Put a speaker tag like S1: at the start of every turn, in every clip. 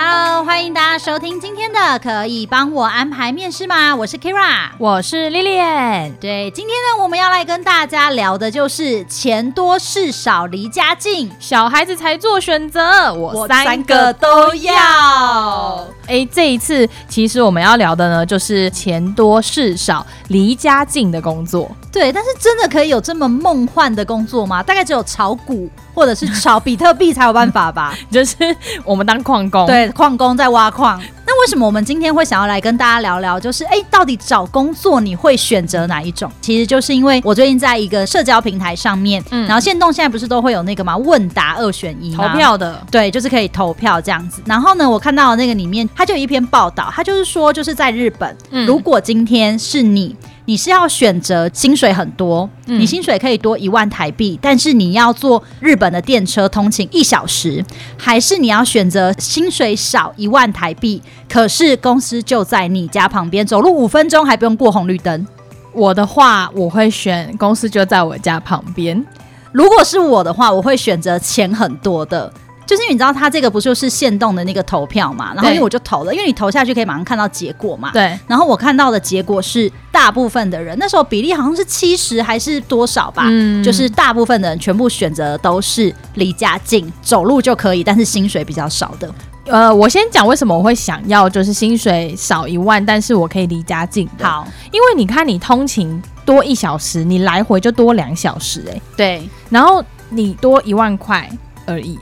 S1: Hello，欢迎大家收听今天的《可以帮我安排面试吗》，我是 Kira。
S2: 我是 Lilian，
S1: 对，今天呢，我们要来跟大家聊的就是钱多事少离家近，
S2: 小孩子才做选择，我三个。
S1: 都要。
S2: 哎，这一次其实我们要聊的呢，就是钱多事少、离家近的工作。
S1: 对，但是真的可以有这么梦幻的工作吗？大概只有炒股或者是炒比特币才有办法吧。
S2: 就是我们当矿工，，
S1: 对，矿工在挖矿。那为什么我们今天会想要来跟大家聊聊？就是哎，诶到底找工作你会选择哪一种？其实就是因为我最近在一个社交平台上面，
S2: 嗯
S1: 然后现动现在不是都会有那个嘛问答二选一
S2: 投
S1: 吗
S2: 票的，
S1: 对，就是可以投票这样子。然后呢，我看到那个里面，它就有一篇报道，它就是说，就是在日本，
S2: 嗯
S1: 如果今天是你，你是要选择薪水很多，
S2: 嗯
S1: 你薪水可以多一万台币，但是你要坐日本的电车通勤一小时，还是你要选择薪水少一万台币，可是公司就在你家旁边，走路五分钟还不用过红绿灯？
S2: 我的话我会选公司就在我家旁边。
S1: 如果是我的话，我会选择钱很多的。就是因为你知道它这个不就是限动的那个投票嘛，然后因为我就投了，因为你投下去可以马上看到结果嘛。。
S2: 对，
S1: 然后我看到的结果是，大部分的人那时候比例好像是七十还是多少吧，
S2: 嗯
S1: 就是大部分的人全部选择都是离家近，走路就可以，但是薪水比较少的。
S2: 呃，我先讲为什么我会想要，就是薪水少一万，但是我可以离家近的。，
S1: 好，
S2: 因为你看你通勤多一小时，你来回就多两小时、哎，
S1: 对。
S2: 然后你多一万块而已。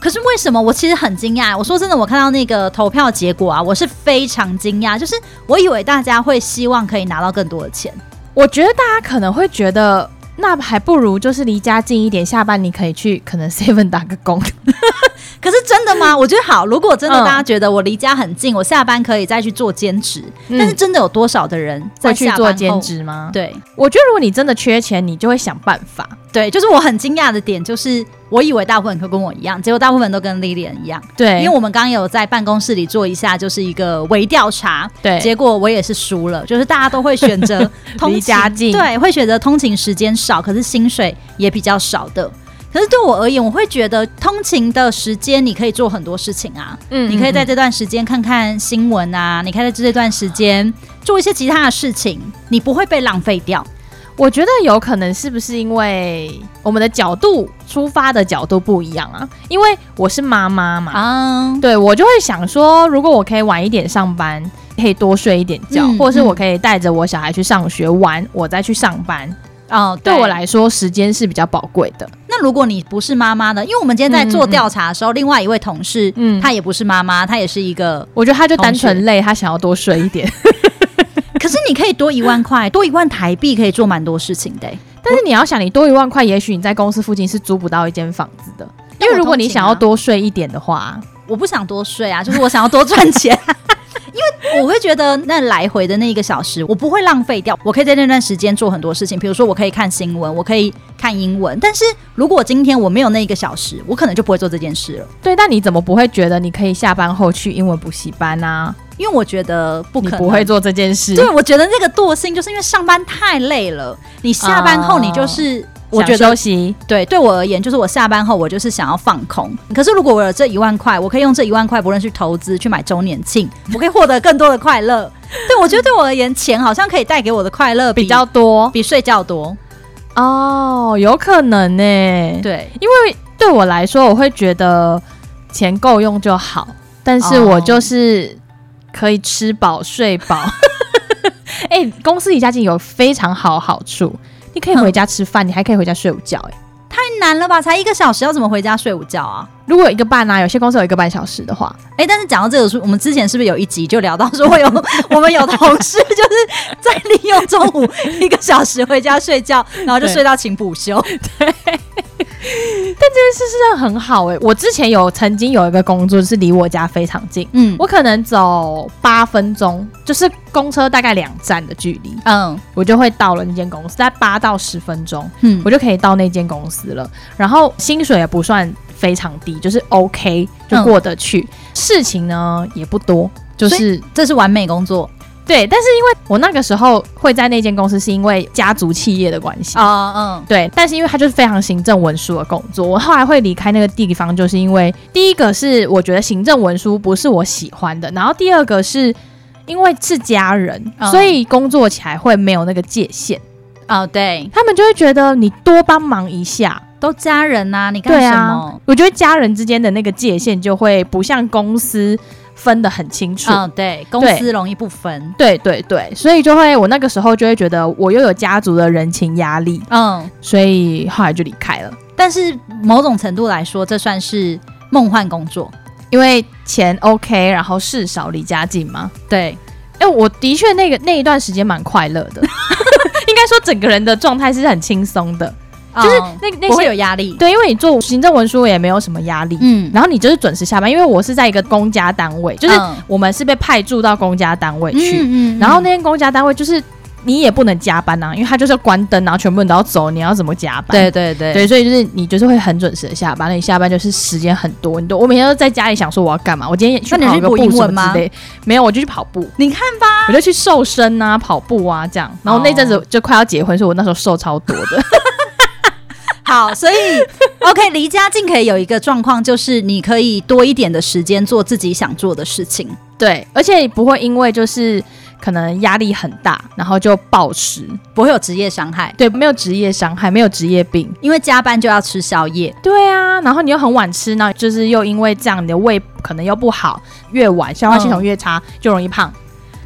S1: 可是为什么我其实很惊讶？我说真的，我看到那个投票结果啊，我是非常惊讶，就是我以为大家会希望可以拿到更多的钱。
S2: 我觉得大家可能会觉得，那还不如就是离家近一点，下班你可以去可能 Seven 打个工。
S1: 可是真的吗？我觉得好，如果真的
S2: 嗯
S1: 大家觉得我离家很近，我下班可以再去做兼职，
S2: 嗯
S1: 但是真的有多少的人在
S2: 会去
S1: 下班
S2: 做
S1: 后
S2: 兼？职吗？，
S1: 对
S2: 我觉得如果你真的缺钱，你就会想办法。
S1: 对，就是我很惊讶的点就是。我以为大部分人都跟我一样，结果大部分人都跟 Lilian 一样，
S2: 对，
S1: 因为我们刚刚有在办公室里做一下，就是一个微调查，
S2: 对
S1: 结果我也是输了，就是大家都会选择通勤
S2: 离家近
S1: 对，会选择通勤时间少，可是薪水也比较少的。可是对我而言，我会觉得通勤的时间你可以做很多事情啊，
S2: 嗯
S1: 你可以在这段时间看看新闻啊，你可以在这段时间做一些其他的事情，你不会被浪费掉。
S2: 我觉得有可能是不是因为我们的角度出发的角度不一样啊？因为我是妈妈嘛，
S1: 啊，
S2: 对我就会想说，如果我可以晚一点上班，可以多睡一点觉，
S1: 嗯
S2: 或者是我可以带着我小孩去上学玩，我再去上班，
S1: 哦，
S2: 对我。来说时间是比较宝贵的。
S1: 那如果你不是妈妈呢？因为我们今天在做调查的时候，另外一位同事，
S2: 嗯
S1: 她也不是妈妈，她也是一个
S2: 我觉得他就
S1: 同
S2: 单
S1: 学
S2: 纯累，他想要多睡一点。
S1: 可是你可以多一万 块，多一万台币可以做蛮多事情的欸、
S2: 但是你要想，你多一万块，也许你在公司附近是租不到一间房子的，因为如果你想要多睡一点的话，
S1: 我不想多睡啊，就是我想要多赚钱。 因为我会觉得那来回的那一个小时，我不会浪费掉，我可以在那段时间做很多事情，比如说我可以看新闻，我可以看英文。但是如果今天我没有那一个小时，我可能就不会做这件事了，
S2: 对，但你怎么不会觉得你可以下班后去英文补习班啊？
S1: 因为我觉得不
S2: 你
S1: 可能
S2: 不会做 这件事，
S1: 对，我觉得那个惰性就是因为上班太累了，你下班后
S2: 哦
S1: 你就是我觉
S2: 想休
S1: 得
S2: 息，
S1: 对，对我而言，就是我下班后我就是想要放空。可是如果我有这一万块，我可以用这一万块，不论去投资、去买周年庆，我可以获得更多的快 乐。对我觉得对我而言，钱好像可以带给我的快乐比
S2: 比较多
S1: 比睡觉多。
S2: 哦，有可能欸呢、对，
S1: 对，
S2: 因为对我来说，我会觉得钱够用就好，但是
S1: 哦
S2: 我就是可以吃饱睡饱。 哎、公司离家近有非常好好处，你可以回家吃饭，你还可以回家睡午觉、哎，
S1: 太难了吧？才一个小时，要怎么回家睡午觉啊？
S2: 如果有一个半啊，有些公司有一个半小时的话，
S1: 哎，但是讲到这个书，我们之前是不是有一集就聊到说，我有我们有同事 就是在利用中午一个小时回家睡觉，然后就
S2: 对
S1: 睡到请补 休。
S2: 这样很好哎、我之前有曾经有一个工作是离我家非常近，
S1: 嗯，
S2: 我可能走八分钟，就是公车大概两站的距离，
S1: 嗯
S2: 我就会到了那间公司，大概八到十分钟。
S1: 嗯
S2: 我就可以到那间公司了。然后薪水也不算非常低，就是 OK 就
S1: 嗯
S2: 过得去。事情呢也不多，就
S1: 所
S2: 是
S1: 这是完美工作
S2: 对。但是因为我那个时候会在那间公司，是因为家族企业的关系。
S1: 啊、嗯，
S2: 对，但是因为它就是非常行政文书的工作，我后来会离开那个地方，就是因为第一个是我觉得行政文书不是我喜欢的，然后第二个是因为是家人，
S1: 嗯
S2: 所以工作起来会没有那个界限，
S1: 哦，对，
S2: 他们就会觉得你多帮忙一下，
S1: 都家人呐、你干
S2: 对
S1: 什
S2: 啊
S1: 么？，
S2: 我觉得家人之间的那个界限就会不像公司分得很清楚。
S1: 嗯，对，公司容易不分。
S2: 对对对，所以就会我那个时候就会觉得我又有家族的人情压力，
S1: 嗯，
S2: 所以后来就离开了。
S1: 但是某种程度来说，这算是梦幻工作。
S2: 因为钱 OK，然后事少离家近嘛。
S1: 对，
S2: 哎、我的确那个那一段时间蛮快乐的， 应该说整个人的状态是很轻松的，
S1: 就是
S2: 那
S1: 嗯
S2: 那
S1: 哦不会
S2: 些
S1: 有压力。
S2: 对，因为你做行政文书也没有什么压力，
S1: 嗯，
S2: 然后你就是准时下班，因为我是在一个公家单位，就是
S1: 嗯
S2: 我们是被派驻到公家单位去，
S1: 嗯
S2: 然后那间公家单位就是你也不能加班呐、啊因为他就是要关灯，然后全部人都要走，你要怎么加班？
S1: 对对对
S2: 对，所以就是你就是会很准时的下班，那你下班就是时间很多，你都我每天都在家里想说我要干嘛，我今天去
S1: 那你
S2: 跑
S1: 去
S2: 个
S1: 补
S2: 步
S1: 英
S2: 什
S1: 文
S2: 么
S1: 吗
S2: 之类，没有我就去跑步，
S1: 你看吧，
S2: 我就去瘦身啊，跑步啊这样，然后那阵
S1: 哦
S2: 子就快要结婚，所以我那时候瘦超多 的，
S1: 好，所以 OK，离家近可以有一个状况，就是你可以多一点的时间做自己想做的事情。
S2: 对，而且不会因为就是可能压力很大，然后就暴食，
S1: 不会有职业伤害，
S2: 对，没有职业伤害，没有职业病。
S1: 因为加班就要吃宵夜。
S2: 对啊，然后你又很晚吃，那就是又因为这样，你的胃可能又不好，越晚消化系统越差，就容易胖。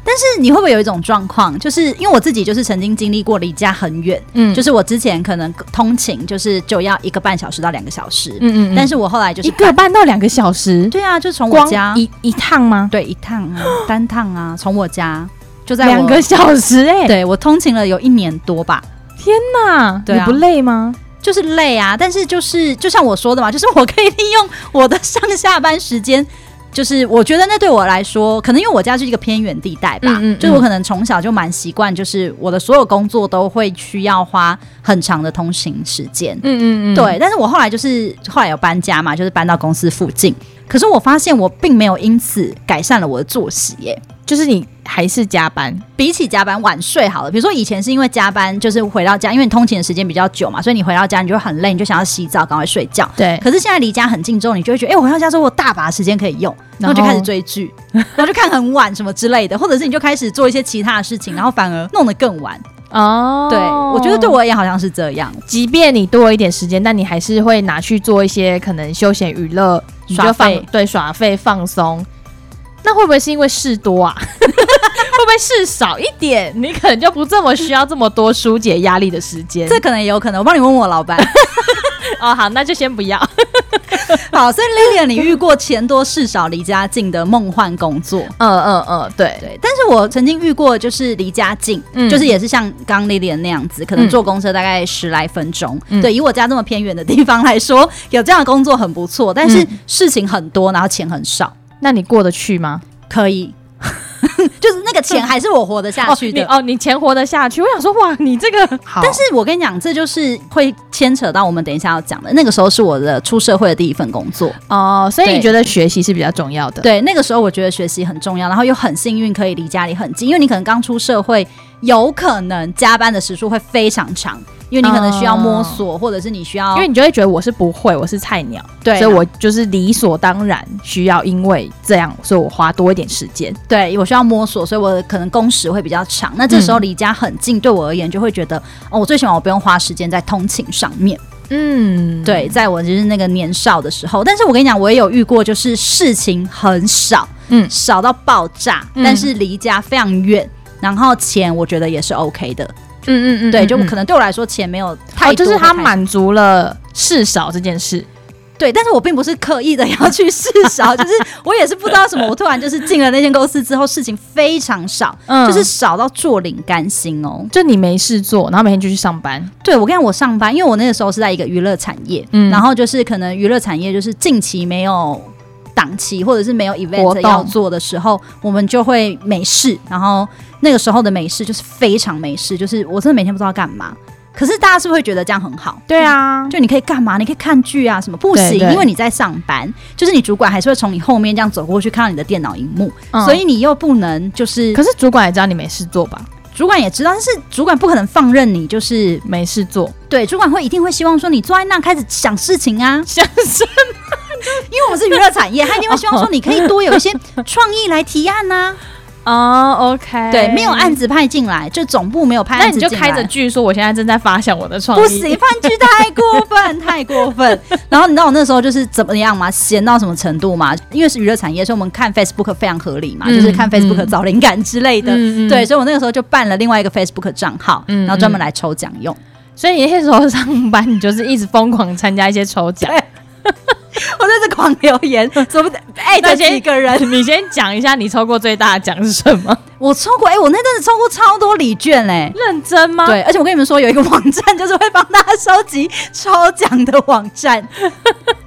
S1: 但是你会不会有一种状况，就是因为我自己就是曾经经历过离家很远，
S2: 嗯
S1: 就是我之前可能通勤就是就要一个半小时到两个小时，
S2: 嗯
S1: 但是我后来就是
S2: 一个半到两个小时，
S1: 对啊，就从我
S2: 光
S1: 家
S2: 一一趟吗？
S1: 对一趟啊，单趟啊，从我家就在我
S2: 两个小时哎、
S1: 对我通勤了有一年多吧，
S2: 天哪，
S1: 对啊
S2: 你不累吗？
S1: 就是累啊，但是就是就像我说的嘛，就是我可以利用我的上下班时间。就是我觉得那对我来说，可能因为我家是一个偏远地带吧，
S2: 嗯嗯嗯
S1: 就是我可能从小就蛮习惯，就是我的所有工作都会需要花很长的通行时间。
S2: 嗯嗯嗯，
S1: 对，但是我后来就是后来有搬家嘛，就是搬到公司附近。可是我发现我并没有因此改善了我的作息耶。
S2: 就是你还是加班，
S1: 比起加班晚睡好了，比如说以前是因为加班，就是回到家，因为你通勤的时间比较久嘛，所以你回到家你就会很累，你就想要洗澡，赶快睡觉。
S2: 对，
S1: 可是现在离家很近之后，你就会觉得，哎、我回到家之后我有大把时间可以 用，然后就
S2: 然后
S1: 开始追剧， 然后就看很晚什么之类的，或者是你就开始做一些其他的事情，然后反而弄得更晚。
S2: 哦
S1: 对，我觉得对我，而言好像是这样。
S2: 即便你多一点时间，但你还是会拿去做一些可能休闲娱乐，你就
S1: 耍
S2: 放
S1: 废
S2: 对耍费放松。那会不会是因为事多啊？ 会不会事少一点，你可能就不这么需要这么多疏解压力的时间？
S1: 这可能也有可能，我帮你问问我老 板。
S2: 哦，好，那就先不要。
S1: 好，所以 Lilian，你遇过钱多事少、离家近的梦幻工作？
S2: 嗯嗯嗯，对
S1: 对，但是我曾经遇过，就是离家近，
S2: 嗯
S1: 就是也是像刚 Lilian 那样子，可能
S2: 嗯
S1: 坐公车大概十来分钟。
S2: 嗯
S1: 对，以我家这么偏远的地方来说， 有这样的工作很不错，但
S2: 嗯
S1: 是事情很多，然后钱很少，
S2: 那你过得去吗？
S1: 可以。 就是那个钱还是我活得下去的，
S2: 哦，你哦，你钱活得下去？我想说，哇，你这个好，
S1: 但是我跟你讲，这就是会牵扯到我们等一下要讲的。那个时候是我的出社会的第一份工作，
S2: 哦，所以
S1: 对
S2: 你觉得学习是比较重要的？
S1: 对，那个时候我觉得学习很重要，然后又很幸运可以离家里很近，因为你可能刚出社会，有可能加班的时数会非常长，因为你可能需要摸索，或者是你需要
S2: 因为你就啊会觉得我是不会，我是菜鸟，
S1: 对
S2: 所以我就是理所当然需要，因为这样，所以我花多一点时间。
S1: 对我需要摸索，所以我可能工时会比较长。那这时
S2: 嗯
S1: 候离家很近，对我而言就会觉得哦，我最喜欢我不用花时间在通勤上面。
S2: 嗯，
S1: 对，，在我就是那个年少的时候，但是我跟你讲，我也有遇过，就是事情很少，
S2: 嗯
S1: 少到爆炸，
S2: 嗯
S1: 但是离家非常远，然后钱我觉得也是 OK 的，
S2: 嗯嗯嗯，
S1: 对，就
S2: 嗯
S1: 可能对我来说钱没有太
S2: 哦，
S1: 多，
S2: 就是他
S1: 太
S2: 满足了事少这件事。
S1: 对，但是我并不是刻意的要去事 少，就是我也是不知道什么，我突然就是进了那间公司之后，事情非常少，
S2: 嗯
S1: 就是少到坐领甘心哦。
S2: 就你没事做，然后每天就去上班。
S1: 对，我跟你讲，我上班，因为我那个时候是在一个娱乐产业，
S2: 嗯
S1: 然后就是可能娱乐产业就是近期没有档期或者是没有
S2: 活
S1: event
S2: 动
S1: 要做的时候，我们就会没事。然后那个时候的没事就是非常没事，就是我真的每天不知道干嘛。可是大家是不是会觉得这样很好？
S2: 对啊，
S1: 就你可以干嘛？你可以看剧啊，什么不行？
S2: 对对
S1: 因为你在上班，就是你主管还是会从你后面这样走过去，看到你的电脑荧幕，
S2: 嗯
S1: 所以你又不能就是，
S2: 可是主管也知道你没事做吧？
S1: 主管也知道，但是主管不可能放任你，就是
S2: 没事做，
S1: 对主管会一定会希望说你坐在那开始想事情啊，
S2: 像是
S1: 因为我们是娱乐产业，他一定会希望说你可以多有一些创意来提案 呐、
S2: 哦，OK，
S1: 对，没有案，子派进来，就总部没有派
S2: 那
S1: 案子
S2: 你
S1: 进
S2: 就
S1: 来，
S2: 开着剧说我现在正在发想我的创意。
S1: 不行，饭剧太过 分，太过分。然后你知道我那时候就是怎么样吗？闲到什么程度吗？因为是娱乐产业，所以我们看 Facebook 非常合理嘛，
S2: 嗯
S1: 就是看
S2: 嗯
S1: Facebook 找灵感之类的。
S2: 嗯嗯
S1: 对，所以我那个时候就办了另外一个 Facebook 账号，
S2: 嗯
S1: 然后专门来抽奖用。
S2: 所以你那时候上班，你就是一直疯狂参加一些抽奖。
S1: 我在这狂留言，怎 么哎
S2: 那
S1: 这
S2: 先
S1: 几个人？
S2: 你先讲一下你抽过最大的奖是什么？
S1: 我抽过，哎，我那阵子抽过超多礼券嘞、
S2: 认真吗？
S1: 对，而且我跟你们说，有一个网站就是会帮大家收集抽奖的网站，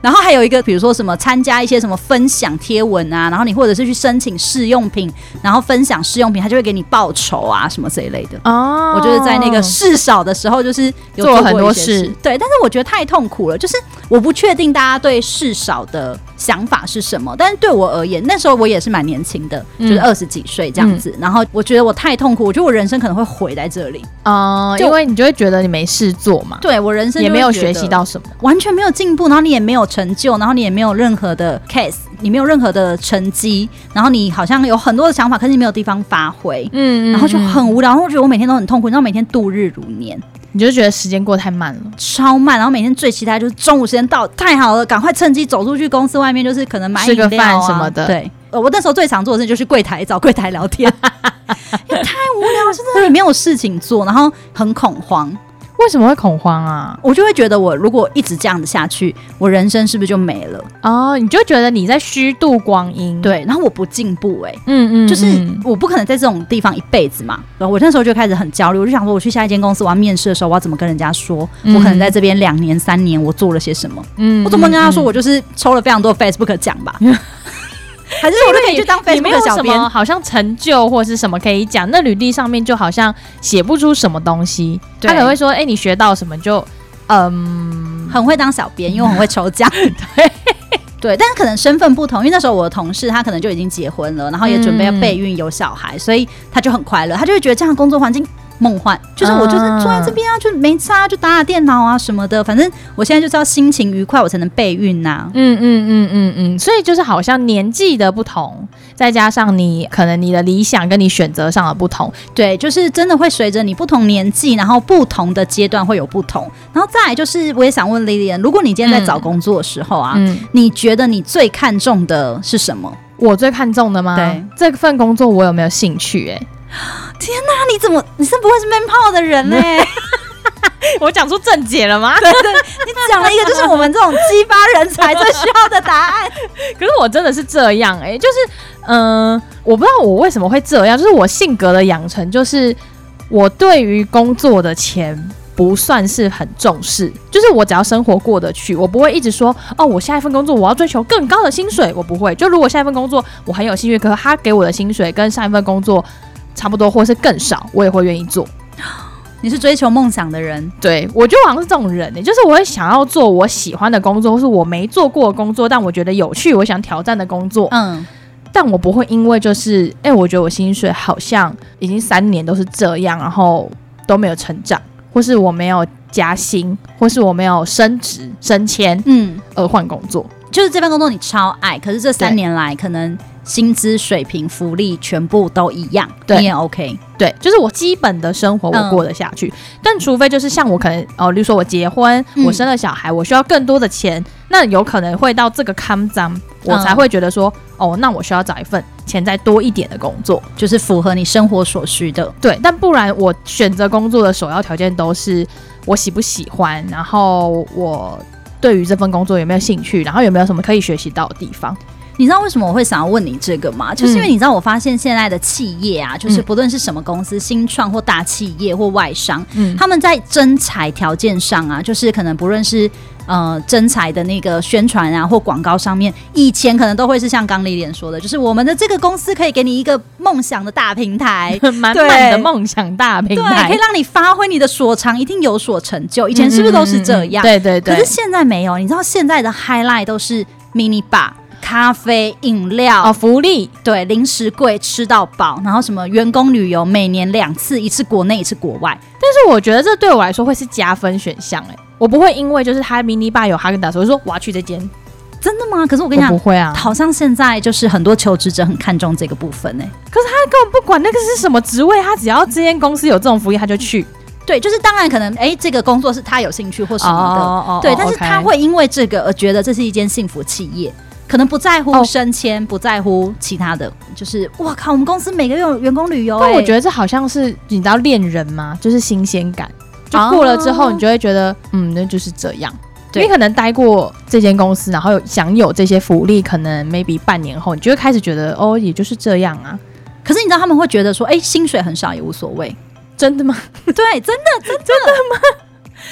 S1: 然后还有一个，比如说什么参加一些什么分享贴文啊，然后你或者是去申请试用品，然后分享试用品，他就会给你报酬啊什么这一类的。
S2: 哦
S1: 我就是在那个事少的时候，就是有
S2: 做
S1: 做
S2: 很
S1: 过
S2: 多
S1: 一些
S2: 事
S1: 对，但是我觉得太痛苦了，就是我不确定大家对事少的想法是什么，但是对我而言，那时候我也是蛮年轻的，就是
S2: 嗯
S1: 二十几岁这样子，然后我觉得我太痛苦，我觉得我人生可能会毁在这里。
S2: 哦，
S1: 就
S2: 因为你就会觉得你没事做嘛，
S1: 对我人生
S2: 也
S1: 就会
S2: 没有
S1: 觉
S2: 学
S1: 得
S2: 习，到什么。
S1: 完全没有进步，然后你也没有成就，然后你也没有任何的 case，你没有任何的成绩，然后你好像有很多的想法，可是你没有地方发挥。
S2: 嗯
S1: 然后就很无聊，然后我觉得我每天都很痛苦，然后每天度日如年，
S2: 你就觉得时间过太慢了，
S1: 超慢，然后每天最期待就是中午时间到，太好了，赶快趁机走出去公司外面，就是可能买
S2: 吃
S1: 饮
S2: 个
S1: 料、啊、
S2: 饭什么的
S1: 对，呃我那时候最常做的事情就是柜台找柜台聊 天，因为太无聊，是真的没有事情做，然后很恐慌。
S2: 为什么会恐慌啊？
S1: 我就会觉得，我如果一直这样子下去，我人生是不是就没了？
S2: 哦，你就觉得你在虚度光阴。，
S1: 对，然后我不进步、欸，
S2: 嗯嗯，
S1: 就是
S2: 嗯
S1: 我不可能在这种地方一辈子嘛。然后我那时候就开始很焦虑，我就想说，我去下一间公司，我要面试的时候，我要怎么跟人家说？
S2: 嗯
S1: 我可能在这边两年、三年，我做了些什么？
S2: 嗯
S1: 我怎么跟他说？
S2: 嗯
S1: 我就是抽了非常多 Facebook 奖 吧？还是我就可以去当
S2: 你没有
S1: Facebook 小
S2: 什
S1: 编
S2: 么？好像成就或是什么可以讲，那履历上面就好像写不出什么东西。
S1: 对
S2: 他可能会说：“哎、你学到什么就嗯
S1: 很会当小 编，因为我很会抽奖。
S2: 对。
S1: 对，但是可能身份不同，因为那时候我的同事他可能就已经结婚了，然后也准备要备孕有小孩，所以他就很快乐，他就会觉得这样的工作环境梦幻，就是
S2: 嗯
S1: 我就是坐在这边啊，就没差，就打打电脑啊什么的，反正我现在就是要心情愉快，我才能备孕啊呐、
S2: 嗯嗯嗯嗯嗯，所以就是好像年纪的不同，再加上你可能你的理想跟你选择上的不同，
S1: 对，就是真的会随着你不同年纪，然后不同的阶段会有不同，然后再来就是我也想问 Lilian，如果你今天在找工作的时候啊，
S2: 嗯，
S1: 你觉得你最看重的是什么？
S2: 啊我最看重的吗？
S1: 对，
S2: 这份工作我有没有兴趣、欸？
S1: 那你怎么你是不会是闷炮的 人嘞、
S2: 我讲出正解了吗？
S1: 你讲了一个就是我们这种激发人才最需要的答案。
S2: 可是我真的是这样哎、就是嗯、呃我不知道我为什么会这样，就是我性格的养成，就是我对于工作的钱。不算是很重视，就是我只要生活过得去，我不会一直说哦，我下一份工作我要追求更高的薪水，我不会。就如果下一份工作我很有兴趣，可是他给我的薪水跟上一份工作差不多，或是更少，我也会愿意做。
S1: 你是追求梦想的人，
S2: 对，我就好像是这种人、欸，就是我会想要做我喜欢的工作，或是我没做过的工作，但我觉得有趣，我想挑战的工作。
S1: 嗯，
S2: 但我不会因为就是，哎、我觉得我薪水好像已经三年都是这样，然后都没有成长，或是我没有加薪，或是我没有升职升迁
S1: 嗯，
S2: 而换工作。
S1: 就是这份工作你超爱，可是这三
S2: 对
S1: 年来可能薪资水平、福利全部都一样，
S2: 对
S1: 你也 OK。
S2: 对，就是我基本的生活
S1: 嗯
S2: 我过得下去，但除非就是像我可能哦，例如说我结婚，
S1: 嗯
S2: 我生了小孩，我需要更多的钱，那有可能会到这个康张，我
S1: 嗯
S2: 才会觉得说、哦，那我需要找一份钱再多一点的工作。
S1: 就是符合你生活所需的，
S2: 对，但不然我选择工作的首要条件都是我喜不喜欢，然后我对于这份工作有没有兴趣，然后有没有什么可以学习到的地方。
S1: 你知道为什么我会想要问你这个
S2: 嗯
S1: 吗？就是因为你知道，我发现现在的企业啊，就是不论是什么公司，新创或大企业或外商，
S2: 嗯，。
S1: 他们在征才条件上啊，就是可能不论是呃征才的那个宣传啊或广告上面，以前可能都会是像刚丽莲说的，就是我们的这个公司可以给你一个梦想的大平台
S2: 满满的梦想大 平
S1: 对，
S2: 台
S1: 可以，让你发挥你的所长，一定有所成就。以前是不是都是这样？
S2: 嗯嗯嗯嗯对对
S1: 可是
S2: 对。
S1: 现在没有，你知道现在的 highlight 都是 mini bar、咖啡、饮料、
S2: 哦，福利
S1: 对，零食柜吃到饱，然后什么员工旅游，每年两次，一次国内，一次国外。
S2: 但是我觉得这对我来说会是加分选项哎、我不会因为就是他 mini bar 有哈根达斯，我就说我要去这间，
S1: 真的吗？可是我
S2: 我
S1: 跟你讲
S2: 不，会啊，
S1: 好像现在就是很多求职者很看重这个部分呢、欸
S2: 他根本不管那个是什么职位，他只要这间公司有这种福利他就去
S1: 对，就是当然可能，哎，这个工作是他有兴趣或什么的，
S2: 哦
S1: 对，但是他会因为这个而觉得这是一间幸福企业。可能不在乎
S2: 哦
S1: 升迁不在乎其他的，就是哇靠，我们公司每个月有员工旅游、欸，
S2: 但我觉得这好像是你知道恋人吗？就是新鲜感，就过了之后，
S1: 哦
S2: 你就会觉得、嗯，那就是这样。
S1: 对
S2: 你可能待过这间公司，然后有享有这些福利，可能 maybe 半年后，你就会开始觉得哦，也就是这样啊，
S1: 可是你知道他们会觉得说，哎、薪水很少也无所谓，
S2: 真的吗？
S1: 对，真的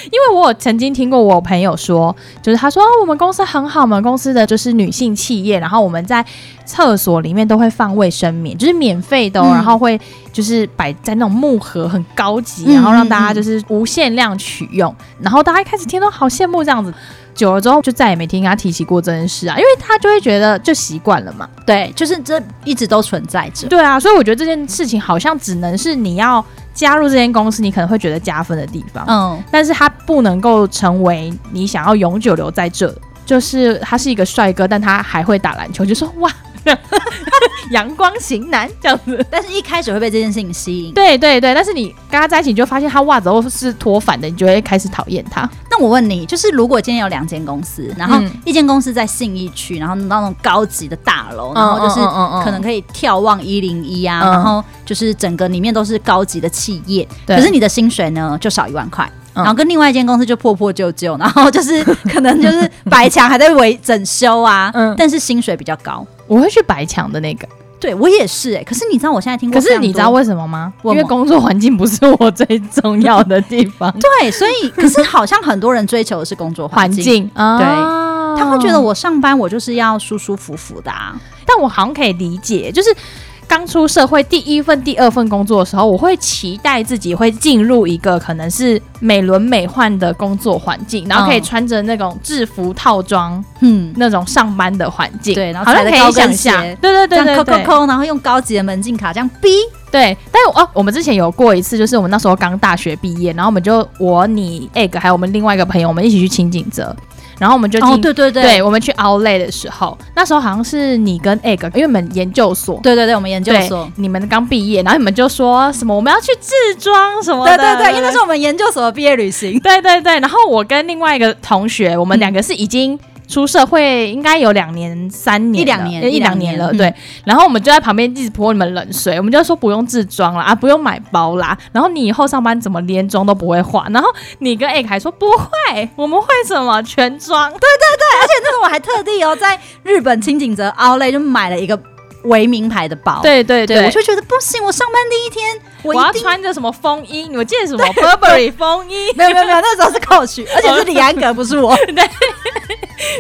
S2: 因为我有曾经听过我朋友说，就是他说、哦、我们公司很好，我们公司的就是女性企业，然后我们在厕所里面都会放卫生棉，就是免费的、哦，
S1: 嗯
S2: 然后会就是摆在那种木盒，很高级，
S1: 嗯
S2: 然后让大家就是无限量取用，然后大家一开始听都好羡慕这样子。久了之后就再也没听他提起过这件事啊，因为他就会觉得就习惯了嘛。
S1: 对，就是这一直都存在着。
S2: 对啊，所以我觉得这件事情好像只能是你要加入这间公司，你可能会觉得加分的地方。
S1: 嗯，
S2: 但是他不能够成为你想要永久留在这，就是他是一个帅哥，但他还会打篮球，就说哇， 阳光型男这样子。
S1: 但是一开始会被这件事情吸引。
S2: 对对对，但是你跟他在一起，你就发现他袜子都是脱反的，你就会开始讨厌他。
S1: 那我问你，就是如果今天有两间公司，然后
S2: 嗯
S1: 一间公司在信义区，然后到那种高级的大
S2: 嗯
S1: 楼，然后就是可
S2: 可
S1: 能可以眺望一零一啊，
S2: 嗯
S1: 然后就是整个里面都是高级的企业，
S2: 对
S1: 可是你的薪水呢就少一万块。
S2: 嗯
S1: 然后跟另外一间公司就破破旧旧， 然后就是可能就是白墙还在维整修啊，
S2: 嗯
S1: 但是薪水比较高。
S2: 我会去白墙的那个，
S1: 对我也是哎、可是你知道我现在听过
S2: 可
S1: 非
S2: 是
S1: 常多，
S2: 你知道为什么吗？
S1: 为
S2: 因
S1: 什么
S2: 为工作环境不是我最重要的地方，
S1: 对，所以可是好像很多人追求的是工作
S2: 环
S1: 环境，
S2: 境啊，
S1: 他会觉得我上班我就是要舒舒服服的啊。
S2: 但我好像可以理解，就是刚出社会第一份、第二份工作的时候，我会期待自己会进入一个可能是美轮美奂的工作环境，然后可以
S1: 嗯
S2: 穿着那种制服套装
S1: 嗯，
S2: 那种上班的环境，
S1: 对然后
S2: 好像
S1: 踩
S2: 可
S1: 着高
S2: 以
S1: 跟
S2: 想
S1: 鞋
S2: 象，对对
S1: 这
S2: 对
S1: 样
S2: 对
S1: 扣扣
S2: 对，
S1: 扣，然后用高级的门禁卡这样逼，
S2: 对。但是哦，我们之前有过一次，就是我们那时候刚大学毕业，然后我们就我你 egg 还有我们另外一个朋友，我们一起去清景泽。然后我们就进、
S1: 哦，对对对，
S2: 对我们去 Outlet 的时候，那时候好像是你跟 egg，因为我们研究所，
S1: 对对对，我们研究
S2: 对，
S1: 所，
S2: 你们刚毕业，然后你们就说什么我们要去制装什么
S1: 对
S2: 的，
S1: 对对，因为那是我们研究所的毕业旅 行，
S2: 对对对，然后我跟另外一个同学，我们两个是已经。出社会应该有两年、三年
S1: 一
S2: 了，
S1: 两年
S2: 呃一
S1: 一
S2: 两
S1: 两年
S2: 年了，
S1: 嗯
S2: 对。然后我们就在旁边一直泼你们冷水，我们就说不用自装了啊，不用买包啦。然后你以后上班怎么连妆都不会化？然后你跟 egg 还说不会，我们会什么全妆？
S1: 那时候我还特地哦，在日本清景泽 Outlet 就买了一个为名牌的包，
S2: 对对
S1: 对，我就觉得不行，我上班第一天我
S2: 我
S1: 一
S2: 要
S1: 定。
S2: 穿着什么风衣？我记得什么 Burberry 风衣，
S1: 没有没有没有，那时候是 coach，而且是李安格，不是我。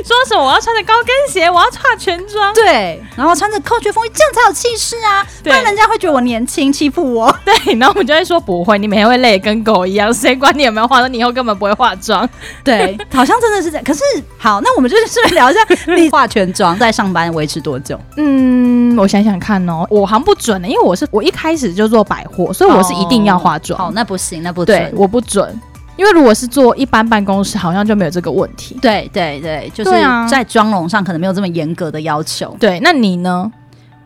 S2: 说什么我要穿着高跟鞋，我要化全妆，
S1: 对，然后穿着扣学风衣，这样才有气势啊！不
S2: 对
S1: 然人家会觉得我年轻，欺负我。
S2: 对，然后我们就会说不会，你每天会累得跟狗一样，谁管你有没有化妆，你以后根本不会化妆。
S1: 对，好像真的是这样。可是好，那我们就是顺便聊一下，你化全妆在上班维持多久？
S2: 嗯，我想想看哦，我好像不准的，因为我是我一开始就做百货，所以我是一定要化妆。
S1: 哦，那不行，那不
S2: 对
S1: 准，。
S2: 我不准，因为如果是做一般办公室，好像就没有这个问题。
S1: 对对对，就是
S2: 对啊
S1: 在妆容上可能没有这么严格的要求。
S2: 对，那你呢？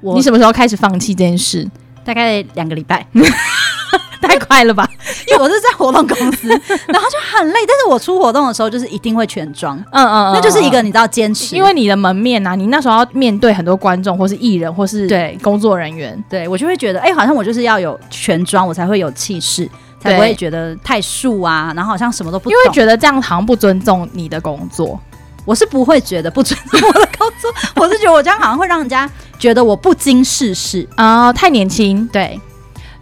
S1: 我
S2: 你什么时候开始放弃这件 事？
S1: 大概两个礼拜，
S2: 太快了吧！
S1: 因为我是在活动公司，然后就很累。但是我出活动的时候，就是一定会全妆，
S2: 嗯嗯，嗯
S1: 那就是一个
S2: 嗯
S1: 你知道坚持。
S2: 因为你的门面啊，你那时候要面对很多观众，或是艺人，或是
S1: 对
S2: 工作人员。
S1: 对我就会觉得，哎、好像我就是要有全妆，我才会有气势，才不
S2: 对
S1: 会觉得太素啊，然后好像什么都不
S2: 因
S1: 懂。
S2: 为觉得这样好像不尊重你的工作，
S1: 我是不会觉得不尊重我的工作，我是觉得我这样好像会让人家觉得我不经世事。
S2: 啊、太年轻。
S1: 对，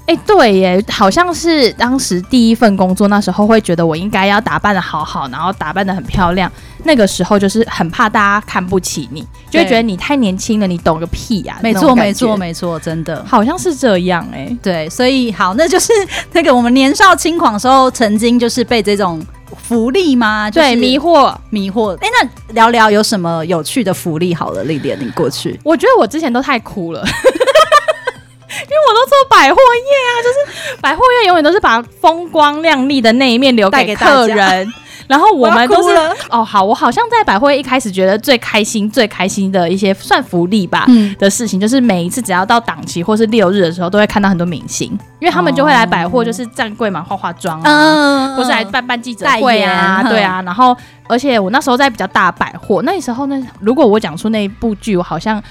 S2: 哎、对耶，好像是当时第一份工作，那时候会觉得我应该要打扮的好好，然后打扮的很漂亮。那个时候就是很怕大家看不起你，就会
S1: 对
S2: 觉得你太年轻了，你懂个屁呀、
S1: 没
S2: 那种
S1: 错，
S2: 感
S1: 没错，
S2: 觉
S1: 没错，真的。
S2: 好像是这样哎、
S1: 对，所以好，那就是那个我们年少轻狂的时候，曾经就是被这种福利吗？就是、
S2: 对，迷惑。
S1: 迷惑。哎，那聊聊有什么有趣的福利？好了，丽莲，你过去。
S2: 我觉得我之前都太苦了。因 为我都做百货业啊，就是百货业永远都是把风光亮丽的那一面留
S1: 带给大家
S2: 客人，然后我们都
S1: 我
S2: 是
S1: 要哭了
S2: 哦，好，我好像在百货业一开始觉得最开心、最开心的一些算福利吧，
S1: 嗯，
S2: 的事情，就是每一次只要到档期或是六日的时候，都会看到很多明星，因为他们就会来百货，就是站柜嘛，化化妆啊，
S1: 嗯
S2: 或是来办办记者会啊，
S1: 代言
S2: 对啊。然后，而且我那时候在比较大的百货，那时候呢，如果我讲出那一部剧，我好像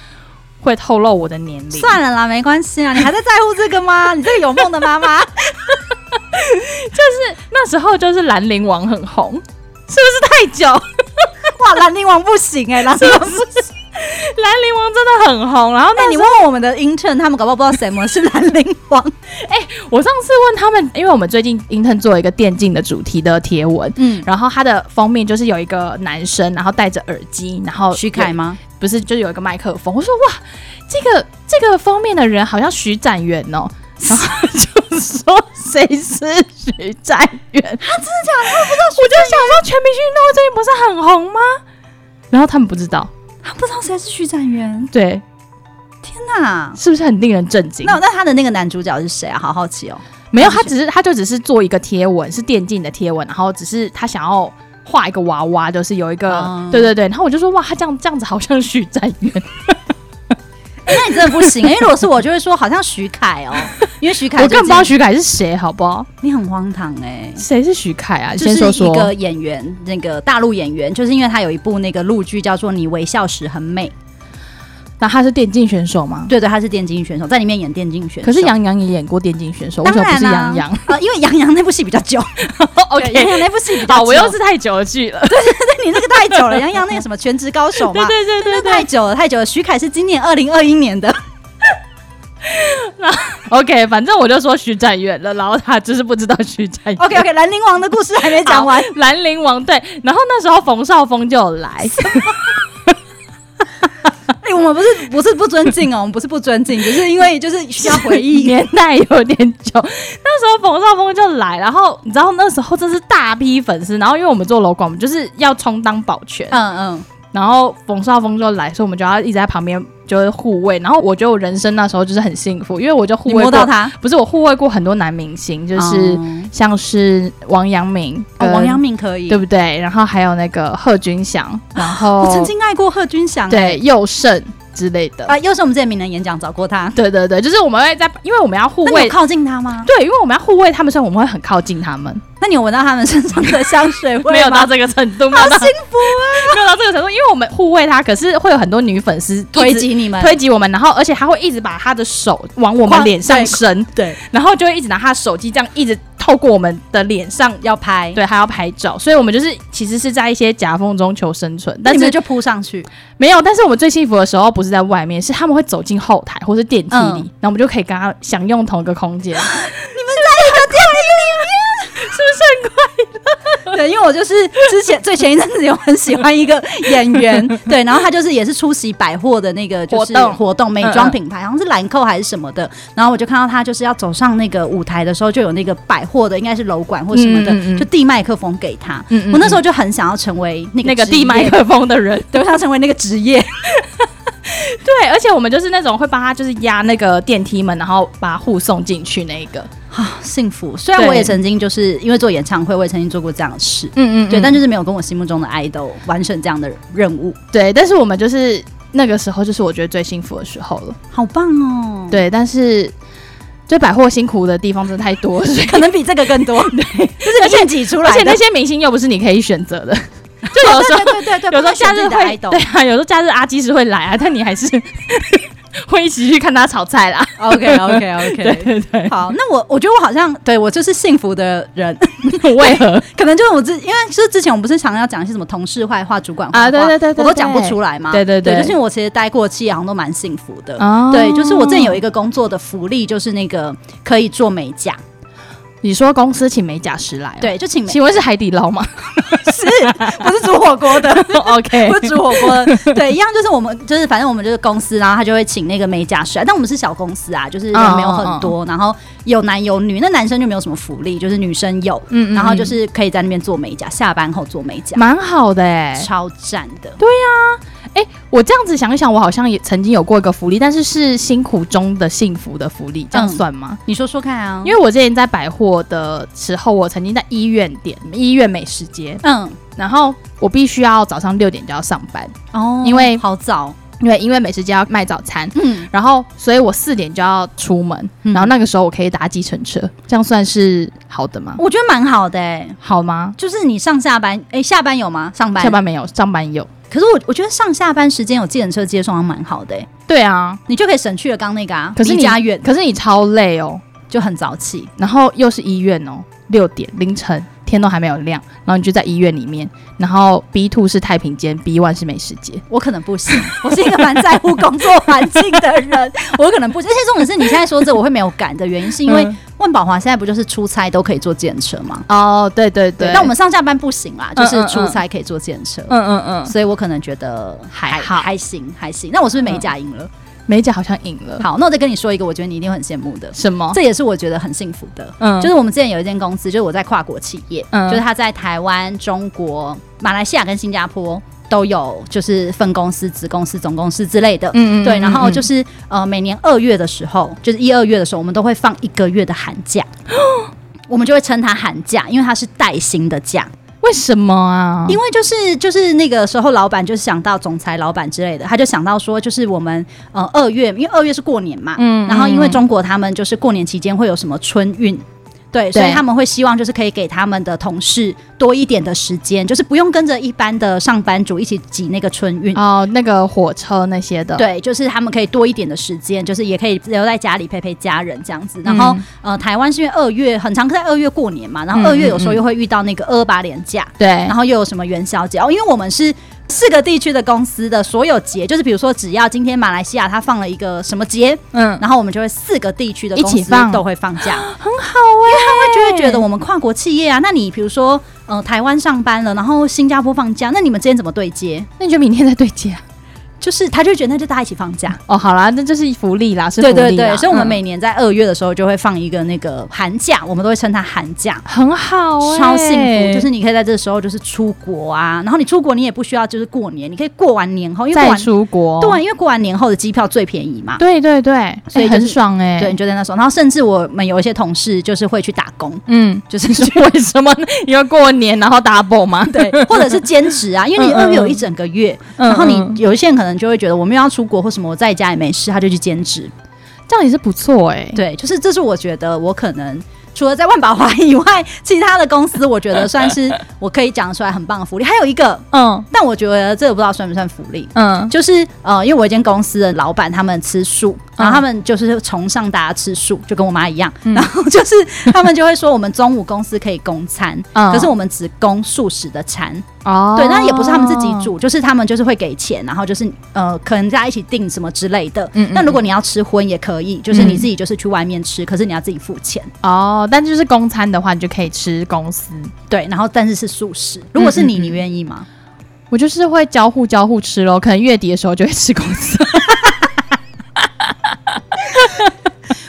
S2: 会透露我的年龄。
S1: 算了啦，没关系啊。你还在在乎这个吗？ 你这个有梦的妈 妈，
S2: 那时候就是《兰陵王》很红，是不是太 久？
S1: 哇，兰陵王不行哎、兰陵王不行。
S2: 《兰陵王》真的很红。然 后
S1: 哎、
S2: 那
S1: 你问问我们的 intern，他们搞不好不知道什么是兰陵王。
S2: 我上次问他们，因为我们最近 intern 做一个电竞的主题的贴文。
S1: 嗯，
S2: 然后它的封面就是有一个男生，然后戴着耳机，然后
S1: 徐凯吗？
S2: 不是，就有一个麦克风。我说哇，这个这个封面的人好像徐展元哦。然后就说谁是徐展元？他真的假的？我就想说，全民运动会最近不是很红吗？然后他啊们不知道，
S1: 他不知道谁是徐展元，
S2: 对，
S1: 天哪！
S2: 是不是很令人震惊？
S1: 那那他的那个男主角是谁啊？好好奇哦。
S2: 没有，他只是他就只是做一个贴文，是电竞的贴文，然后只是他想要画一个娃娃，就是有一个，
S1: 哦
S2: 对对对。然后我就说哇，他这样这样子好像徐展元，
S1: 那你真的不行，因为如果是我，就会说好像徐凯哦，因为徐凯
S2: 我更不知道
S1: 最近
S2: 徐凯是谁，好不好？
S1: 你很荒唐哎、
S2: 谁是徐凯啊？你
S1: 就
S2: 先说
S1: 是一
S2: 说。
S1: 个演员，那个大陆演员，就是因为他有一部那个陆剧叫做《你微笑时很美》，
S2: 那他是电竞选手吗？
S1: 对对，他是电竞选手，在里面演电竞选手。
S2: 可是杨洋也演过电竞选手，为
S1: 当
S2: 什么
S1: 然啦
S2: 不是杨洋
S1: 啊，因为杨洋那部戏比较久对杨洋那部戏比较久。
S2: 好，我又是太久了剧了。 对
S1: 对你那个太久了， 杨洋那个什么《全职高手》嘛，
S2: 对对对对
S1: 太久了，太久了。徐凯是今年二零二一年的，
S2: ，OK，反正我就说徐展元了，然后他就是不知道徐展元。
S1: OK OK，兰陵王的故事还没讲完，
S2: 好，兰陵王对，然后那时候冯绍峰就有来，
S1: 哎、我们不是不是不尊敬哦，我们不是不尊敬，只是因为就是需要回 忆。
S2: 年代有点久。 那时候冯绍峰就来，然后你知道那时候真是大批粉丝，然后因为我们做楼管，我们就是要充当保全，
S1: 嗯嗯，
S2: 然后冯绍峰就来，所以我们就要一直在旁边就是护卫。然后我觉得我人生那时候就是很幸福，因为我就护
S1: 你
S2: 卫
S1: 摸
S2: 过
S1: 到他，
S2: 不是我护卫过很多男明星，就是、像是王阳明、
S1: 哦，
S2: 跟
S1: 王阳，明可以，
S2: 对不对？然后还有那个贺军翔，然后
S1: 哦我曾经爱过贺军翔，
S2: 对佑胜之类的。
S1: 啊、又是我们之前名人演讲找过他，
S2: 对对对，就是我们会在，因为我们要护
S1: 那你有
S2: 卫，
S1: 靠近他吗？
S2: 对，因为我们要护卫他们，所以我们会很靠近他们，
S1: 那你有闻到他们身上的香水味
S2: 没有到
S1: 吗？
S2: 这个程度，没
S1: 好
S2: 有到
S1: 幸福啊！
S2: 没有到这个程度，因为我们护卫他，可是会有很多女粉丝
S1: 推
S2: 一直
S1: 挤你们，
S2: 推挤我们，然后而且他会一直把他的手往我
S1: 框
S2: 们脸上
S1: 对
S2: 伸，
S1: 对，
S2: 然后就会一直拿他的手机这样一直透过我们的脸上
S1: 要拍，
S2: 对，还要拍照，所以我们就是其实是在一些夹缝中求生存，
S1: 那
S2: 但
S1: 你们
S2: 是
S1: 就扑上去，
S2: 没有，但是我们最幸福的时候不是在外面，是他们会走进后台或是电梯里，
S1: 嗯
S2: 然后我们就可以跟他享 用同一个空间，
S1: 你
S2: 是
S1: 们在一个电影里面，
S2: 不是很快乐？
S1: 对，因为我就是之前最前一阵子有很喜欢一个演员， 对，然后他就是也是出席百货的那个就是
S2: 活动嗯
S1: 活动美妆品牌，好像是兰蔻还是什么的，然后我就看到他就是要走上那个舞台的时候，就有那个百货的应该是楼管或什么的，
S2: 嗯嗯嗯
S1: 就递麦克风给他。
S2: 嗯
S1: 我那时候就很想要成为那个
S2: 那个
S1: 职业
S2: 递麦，克风的人，
S1: 对，我想成为那个职业，
S2: 对，而且我们就是那种会帮他就是压那个电梯门，然后把他护送进去那一个。
S1: 幸福。虽然
S2: 对
S1: 我也曾经就是因为做演唱会，我也曾经做过这样的事，
S2: 嗯
S1: 对，但
S2: 是
S1: 就是没有跟我心目中的 idol 完成这样的任务，
S2: 对，但是我们就是那个时候就是我觉得最幸福的时候了。
S1: 好棒哦！，
S2: 对，但是就百货辛苦的地方真的太多了，所以
S1: 可能比这个更 多，对，就是你自己出来
S2: 而
S1: 的，
S2: 且那些明星又不是你可以选择 的，就有时候
S1: 对对对对，
S2: 有时
S1: 不
S2: 候
S1: 能选
S2: 假
S1: 自
S2: 日
S1: 己的
S2: 会
S1: idol
S2: 对啊，有时候假日阿基是会来啊，但你还是 会一起去看他炒菜啦。
S1: OK OK OK，
S2: 对对对，
S1: 好，那我我觉得我好像对我就是幸福的人，
S2: 为何？
S1: 可能就是我之，因为就是之前我们不是常常要讲一些什么同事坏话、主管坏话，
S2: 啊对对对对
S1: 我都讲不出来嘛。
S2: 对对对
S1: 就是因为我其实待过的企业好像都蛮幸福的。
S2: 哦
S1: 对，就是我之前有一个工作的福利，就是那个可以做美甲，
S2: 你说公司请美甲师来、，哦
S1: 对，就请美
S2: 请问是海底捞吗
S1: 是，不是煮火锅的，
S2: ？OK，
S1: 不是煮火锅的，对，一样就是我们就是反正我们就是公司，然后他就会请那个美甲师来，但我们是小公司啊，就是人没有很
S2: 嗯
S1: 多，然后有男有女，那男生就没有什么福利，就是女生有，
S2: 嗯
S1: 然后就是可以在那边做美甲，下班后做美甲，
S2: 蛮好的哎、
S1: 超赞的。
S2: 我这样子想一想，我好像也曾经有过一个福利，但是是辛苦中的幸福的福利，这样
S1: 嗯
S2: 算吗？
S1: 你说说看啊，
S2: 因
S1: 为
S2: 为我之前在百货的时候，我曾经在医院点医院美食街，
S1: 嗯
S2: 然后我必须要早上六点就要上班，
S1: 哦，
S2: 因为
S1: 好早，
S2: 因为因为美食街要卖早餐，
S1: 嗯，
S2: 然后所以我四点就要出门，
S1: 嗯
S2: 然后那个时候我可以搭计程车，这样算是好的吗？
S1: 我觉得蛮好的、欸，
S2: 好吗？
S1: 就是你上下班，哎、下班有吗？上班，
S2: 下。班没有，上班有。
S1: 可是我我觉得上下班时间有计程车接送还蛮好的、欸，
S2: 对啊，
S1: 你就可以省去了刚那个啊，
S2: 可是
S1: 离
S2: 你
S1: 家远
S2: 可是你超累哦，
S1: 就很早起，
S2: 然后又是医院哦，六点凌晨天都还没有亮，然后你就在医院里面，然后 B two 是太平间，B one 是美食街。
S1: 我可能不行， 我是一个蛮在乎工作环境的人， 我可能不行。而且重点是你现在说这我会没有感的原因，是因为
S2: 嗯
S1: 万宝华现在不就是出差都可以坐检车吗？
S2: 哦，对对对，
S1: 但我们上下班不行啦，就
S2: 嗯
S1: 是出差可以坐检车。
S2: 嗯嗯嗯，
S1: 所以我可能觉得还
S2: 还好嗯
S1: 还行还行。那我是不是美甲赢了？
S2: 美甲好像赢了，
S1: 好，那我再跟你说一个，我觉得你一定会很羡慕的，
S2: 什么？
S1: 这也是我觉得很幸福的。
S2: 嗯
S1: 就是我们之前有一间公司，就是我在跨国企业，
S2: 嗯
S1: 就是他在台湾、中国、马来西亚跟新加坡都有，就是分公司、子公司、总公司之类的。
S2: 嗯
S1: 对，然后就是是呃，每年二月的时候，就是一二月的时候，我们都会放一个月的寒 假，我们就会称它寒假，因为它是带薪的假。
S2: 为什么啊？
S1: 因为就是就是那个时候，老板就是想到总裁、老板之类的，他就想到说，就是我们呃二月，因为二月是过年嘛，
S2: 嗯
S1: 然后因为中国他们就是过年期间会有什么春运。对，所以
S2: 对
S1: 他们会希望就是可以给他们的同事多一点的时间，就是不用跟着一般的上班族一起挤那个春运。
S2: 哦，那个火车那些的，，
S1: 对，就是他们可以多一点的时间，就是也可以留在家里陪陪家人这样子。然
S2: 嗯
S1: 后、呃，台湾是因为二月很常在二月过年嘛，然后二
S2: 嗯
S1: 月有时候又会遇到那个二八连假，
S2: 对，
S1: 然后又有什么元宵节哦，因为我们是四个地区的公司的所有节，就是比如说只要今天马来西亚它放了一个什么节，
S2: 嗯，
S1: 然后我们就会四个地区的公
S2: 一起
S1: 司
S2: 放
S1: 都会放假，
S2: 很好哎、
S1: 就会觉得我们跨国企业啊，那你比如说呃台湾上班了，然后新加坡放假，那你们之间怎么对接？
S2: 那你就明天再对接啊、
S1: 就是他就会觉得那就大家一起放假，
S2: 哦，好啦，那就是福利啦，是福
S1: 对
S2: 利啦
S1: 对对，所以我们
S2: 嗯
S1: 每年在二月的时候就会放一个那个寒假，我们都会称它寒假。
S2: 很好、欸，
S1: 超幸福，就是你可以在这时候就是出国啊，然后你出国你也不需要就是过年，你可以过完年后，因为过
S2: 再
S1: 完
S2: 出国，
S1: 对，因为过完年后的机票最便宜嘛。
S2: 对对对，
S1: 所以
S2: 欸
S1: 就是
S2: 很爽哎、
S1: 对，你，就在那时候，然后甚至我们有一些同事就是会去打工，
S2: 嗯，
S1: 就是
S2: 是为什么因为过年然后 double 吗？
S1: 对，或者是兼职啊，因为你
S2: 嗯嗯
S1: 二月有
S2: 嗯
S1: 一整个月，
S2: 嗯
S1: 然后
S2: 嗯
S1: 你有一些人可能就会觉得我们要出国或什么，我在家也没事，他就去兼职。
S2: 这样也是不错哎、
S1: 对，就是这是我觉得我可能。除了在万宝华以外， 其他的公司我觉得算是我可以讲出来很棒的福利。还有一个，
S2: 嗯
S1: 但我觉得这个不知道算不算福利，
S2: 嗯
S1: 就是呃，因为我一间公司的老板他们吃素，然后他们就是崇尚大家吃素，就跟我妈一样。
S2: 嗯
S1: 然后就是他们就会说，我们中午公司可以供餐，
S2: 嗯
S1: 可是我们只供素食的餐。
S2: 哦
S1: 对，但也不是他们自己，煮，就是他们就是会给钱，然后就是呃，可能大家一起订什么之类的。
S2: 嗯嗯
S1: 那如果你要吃荤也可以，就是你
S2: 嗯
S1: 自己就是去外面吃，可是你要自己付钱。
S2: 哦，但就是公餐的话，你就可以吃公司。
S1: 对，然后但是是素食。如果是你，
S2: 嗯嗯
S1: 你愿意吗？
S2: 我就是会交互交互吃咯，可能月底的时候就会吃公司。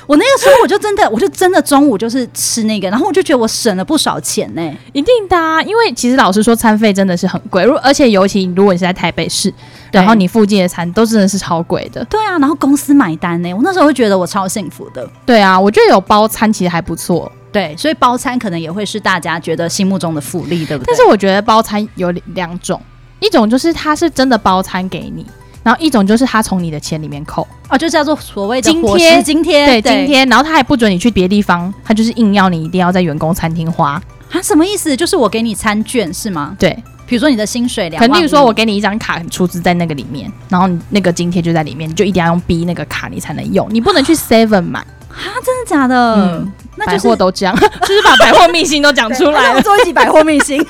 S1: 我那个时候我就真的，我就真的中午就是吃那个，然后我就觉得我省了不少钱呢、
S2: 一定的啊，因为其实老实说，餐费真的是很贵，如而且尤其如果你是在台北市，
S1: 对
S2: 然后你附近的餐都真的是超贵的。
S1: 对啊，然后公司买单呢、我那时候会觉得我超幸福的。
S2: 对啊，我觉得有包餐其实还不错，
S1: 对，所以包餐可能也会是大家觉得心目中的福利，对不对？
S2: 但是我觉得包餐有两种，一种就是它是真的包餐给你，然后一种就是它从你的钱里面扣，
S1: 哦，就叫做所谓的
S2: 津
S1: 伙
S2: 贴
S1: 食津贴，
S2: 对，津贴，然后他还不准你去别地方，他就是硬要你一定要在员工餐厅花，
S1: 啊，什么意思？就是我给你餐券是吗？
S2: 对，
S1: 比如说你的薪水两
S2: 可
S1: 万五，
S2: 能例如说我给你一张卡，出资在那个里面，然后你那个津贴就在里面，你就一定要用逼那个卡你才能用，你不 能去 Seven 买，
S1: 真的假的？
S2: 嗯
S1: 那
S2: 百
S1: 就是
S2: 货都这 样，就是把百货秘辛都讲出来
S1: 我
S2: 了。
S1: 做一集 百货明星。对，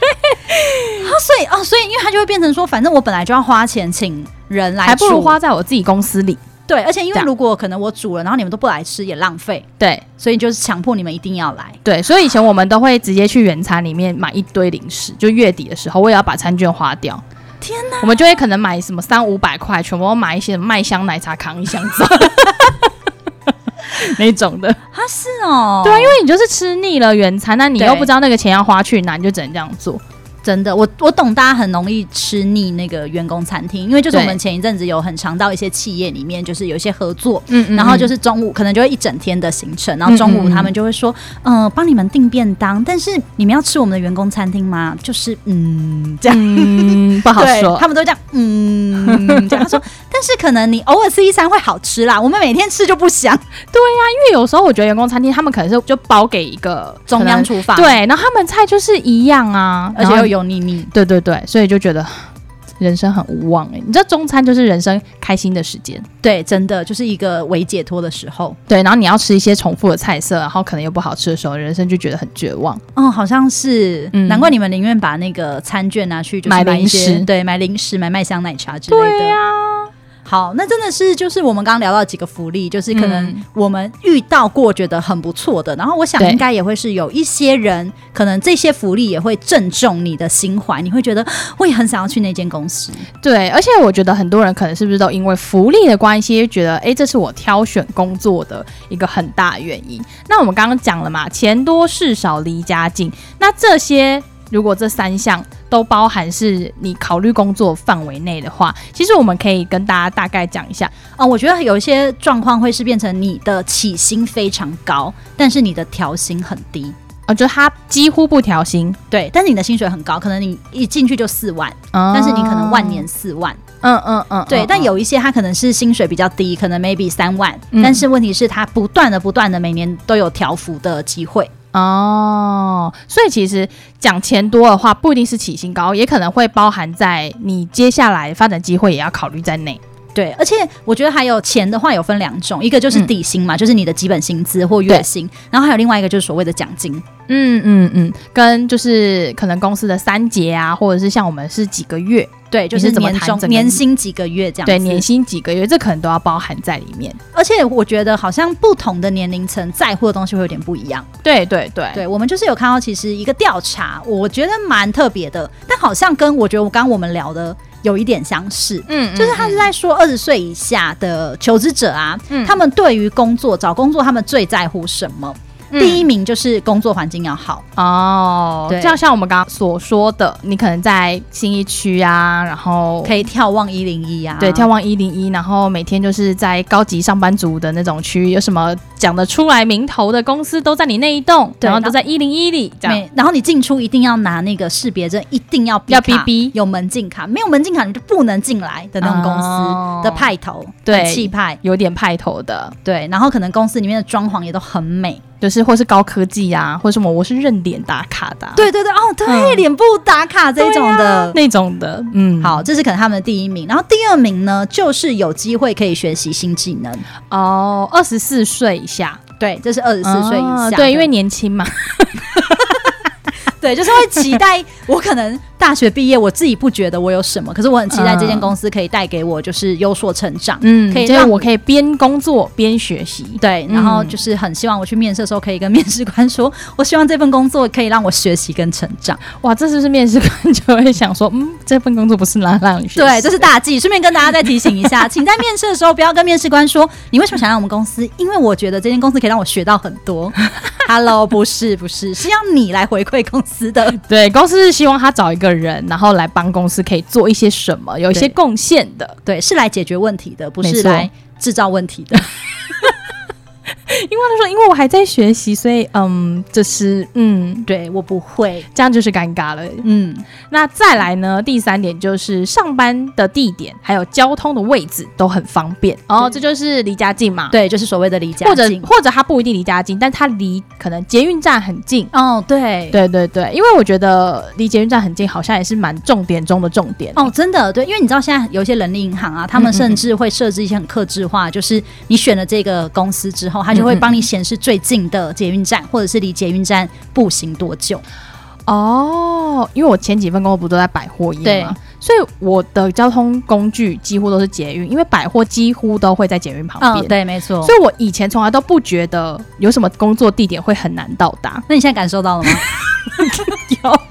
S1: 啊，所以哦，所以因为它就会变成说，反正我本来就要花钱请人来，
S2: 还不如花。在我自己公司里，
S1: 对，而且因
S2: 这
S1: 为
S2: 样
S1: 如果可能我煮了，然后你们都不来吃，也浪费，
S2: 对
S1: 所以就是强迫你们一定要来。
S2: 对，所以以前我们都会直接去原餐里面买一堆零食，就月底的时候我也要把餐券花掉。
S1: 天
S2: 哪！我们就会可能买什么三五百块，全部都买一些麦香奶茶扛一箱走， 那种的。
S1: 啊，是哦，
S2: 对啊，因为你就是吃腻了原餐，那你
S1: 对
S2: 又不知道那个钱要花去哪，你就只能这样做。
S1: 真的，我我懂，大家很容易吃腻那个员工餐厅，因为就是我
S2: 对
S1: 们前一阵子有很常到一些企业里面，就是有一些合作。
S2: 嗯嗯
S1: 然后就是中午可能就会一整天的行程，然后中午他们就会说，嗯、帮你们订便当，但是你们要吃我们的员工餐厅吗？就是嗯，这样
S2: 嗯， 不好
S1: 对
S2: 说
S1: 他。们都这样， 嗯，这样。他说，但是可能你偶尔吃一餐会好吃啦，我们每天吃就不香。
S2: 因为有时候我觉得员工餐厅他们可能是就包给一个
S1: 中央厨
S2: 可
S1: 房，
S2: 能，对，然后他们菜就是一样啊，
S1: 而且
S2: 然
S1: 又
S2: 后
S1: 油腻腻。
S2: 对对对，所以就觉得 人生很无望哎、你知道中餐就是人生开心的时间，
S1: 对，真的就是一个伪解脱的时候。
S2: 对，然后你要吃一些重复的菜色，然后可能又不好吃的时候，人生就觉得很绝望。
S1: 哦，好像是，
S2: 嗯
S1: 难怪你们宁愿把那个餐券拿去就是
S2: 买
S1: 一
S2: 零
S1: 些
S2: 食
S1: 对，买零食、买麦香奶茶之类的。对啊呀、好，那真的是就是我们刚刚聊到几个福利，就是可能
S2: 嗯
S1: 我们遇到过觉得很不错的，然后我想
S2: 对
S1: 应该也会是有一些人，可能这些福利也会正中你的心怀，你会觉得我也很想要去那间公司。
S2: 对，而且我觉得很多人可能是不是都因为福利的关系，觉得诶，这是我挑选工作的一个很大原因。那我们刚刚讲了嘛，钱多事少离家近，那这些。如果这三项都包含是你考虑工作范围内的话，其实我们可以跟大家大概讲一下，
S1: 哦，我觉得有一些状况会是变成你的起薪非常高，但是你的调薪很低。
S2: 啊，就是他几乎不调薪，
S1: 对，但是你的薪水很高，可能你一进去就四万，
S2: 但
S1: 但是你可能万，年四万。
S2: 嗯嗯嗯，
S1: 对，
S2: 嗯
S1: 但有一些他可能是薪水比较低，可能 maybe 三万，
S2: 嗯
S1: 但是问题是，他不断的、不断的每年都有调幅的机会。
S2: 哦，所以其实讲钱多的话，不一定是起薪高，也可能会包含在你接下来发展机会也要考虑在内。
S1: 对，而且我觉得还有钱的话有分两种，一个就是
S2: 嗯
S1: 底薪嘛，就是你的基本薪资或月薪，然后还有另外一个就是所谓的奖金。
S2: 嗯嗯嗯，跟就是可能公司的三节啊，或者是像我们是几个月，
S1: 对，就
S2: 你
S1: 是
S2: 是怎么
S1: 年
S2: 谈
S1: 终
S2: 整个
S1: 年薪几个月这样子。
S2: 对，年薪几个月，这可能都要包含在里面。
S1: 而且我觉得好像不同的年龄层在乎的东西会有点不一样。
S2: 对对对，
S1: 对我们就是有看到，其实一个调查，我觉得蛮特别的，但好像跟我觉得我刚刚我们聊的有一点相似。
S2: 嗯，
S1: 就是他是在说二十岁以下的求职者啊，
S2: 嗯
S1: 他们对于工作找工作，他们最在乎什么？第一名就是工作环境要好，
S2: 哦，
S1: 对
S2: 这样像我们刚刚所说的，你可能在新一区啊，然后
S1: 可以眺望一零一啊，
S2: 对，眺望一零一，然后每天就是在高级上班族的那种区域，有什么讲得出来名头的公司都在你那一栋，
S1: 对
S2: 然后都
S1: 那
S2: 在一零一里，这样
S1: 每。然后你进出一定要拿那个识别证，一定要
S2: 要
S1: 逼
S2: BB
S1: 有门禁卡，没有门禁卡你就不能进来的那种公
S2: 哦
S1: 司的派头，
S2: 对
S1: 很气派，
S2: 有点派头的，
S1: 对，然后可能公司里面的装潢也都很美，
S2: 就是或是高科技啊，或什么，我是认脸打卡的啊、
S1: 对对对，哦，对，
S2: 嗯
S1: 脸部打卡这种的。
S2: 那种的，嗯，
S1: 好，这是可能他们的第一名，然后第二名呢，就是有机会可以学习新技能。
S2: 哦，二十四岁以下，
S1: 对，这是二十四岁以下
S2: 哦
S1: 的、
S2: 对，因为年轻嘛，
S1: 对，就是会期待我可能大学毕业，我自己不觉得我有什么，可是我很期待这间公司可以带给我就是有所成长。
S2: 嗯，
S1: 可以
S2: 就是
S1: 让
S2: 我可以嗯边工作边学习，
S1: 对，然后就是很希望我去面试的时候可以跟面试官 说，我希望这份工作可以让我学习跟成长。
S2: 哇，这是不是面试官就会想说，嗯，这份工作不是拿让你学习的，
S1: 对，这是大忌。顺便跟大家再提醒一下，请在面试的时候不要跟面试官说你为什么想来我们公司，因为我觉得这间公司可以让我学到很 多。Hello，不是不是，是要你来回馈公司的。
S2: 对公司是希望他找一个人，然后来帮公司可以做一些什么，有一些
S1: 对
S2: 贡献的，
S1: 对，是来解决问题的，不
S2: 没
S1: 是
S2: 错
S1: 来制造问题的。
S2: 因为他说，因为我还在学习，所以嗯，就是嗯，
S1: 对我不会，
S2: 这样就是尴尬了。
S1: 嗯，
S2: 那再来呢？第三点就是上班的地点还有交通的位置都很方便哦，
S1: 对
S2: 这就是离家近嘛。，
S1: 对，就是所谓的离家
S2: 或者
S1: 近
S2: 或者他不一定离家近，但他离可能捷运站很近。
S1: 哦，对。
S2: 对对对，因为我觉得离捷运站很近，好像也是蛮重点中的重点。
S1: 哦，真的对，因为你知道现在有一些人力银行啊，他们
S2: 嗯嗯
S1: 甚至会设置一些很克制化，就是你选了这个公司之后，它就会
S2: 嗯嗯
S1: 帮你显示最近的捷运站，或者是离捷运站步行多久。
S2: 哦，因为我前几份工作不都在百货业吗？所以我的交通工具几乎都是捷运，因为百货几乎都会在捷运旁边。
S1: 嗯，对，没错。
S2: 所。以我以前从来都不觉得有什么工作地点会很难到达
S1: 那你现在感受到了 吗？有，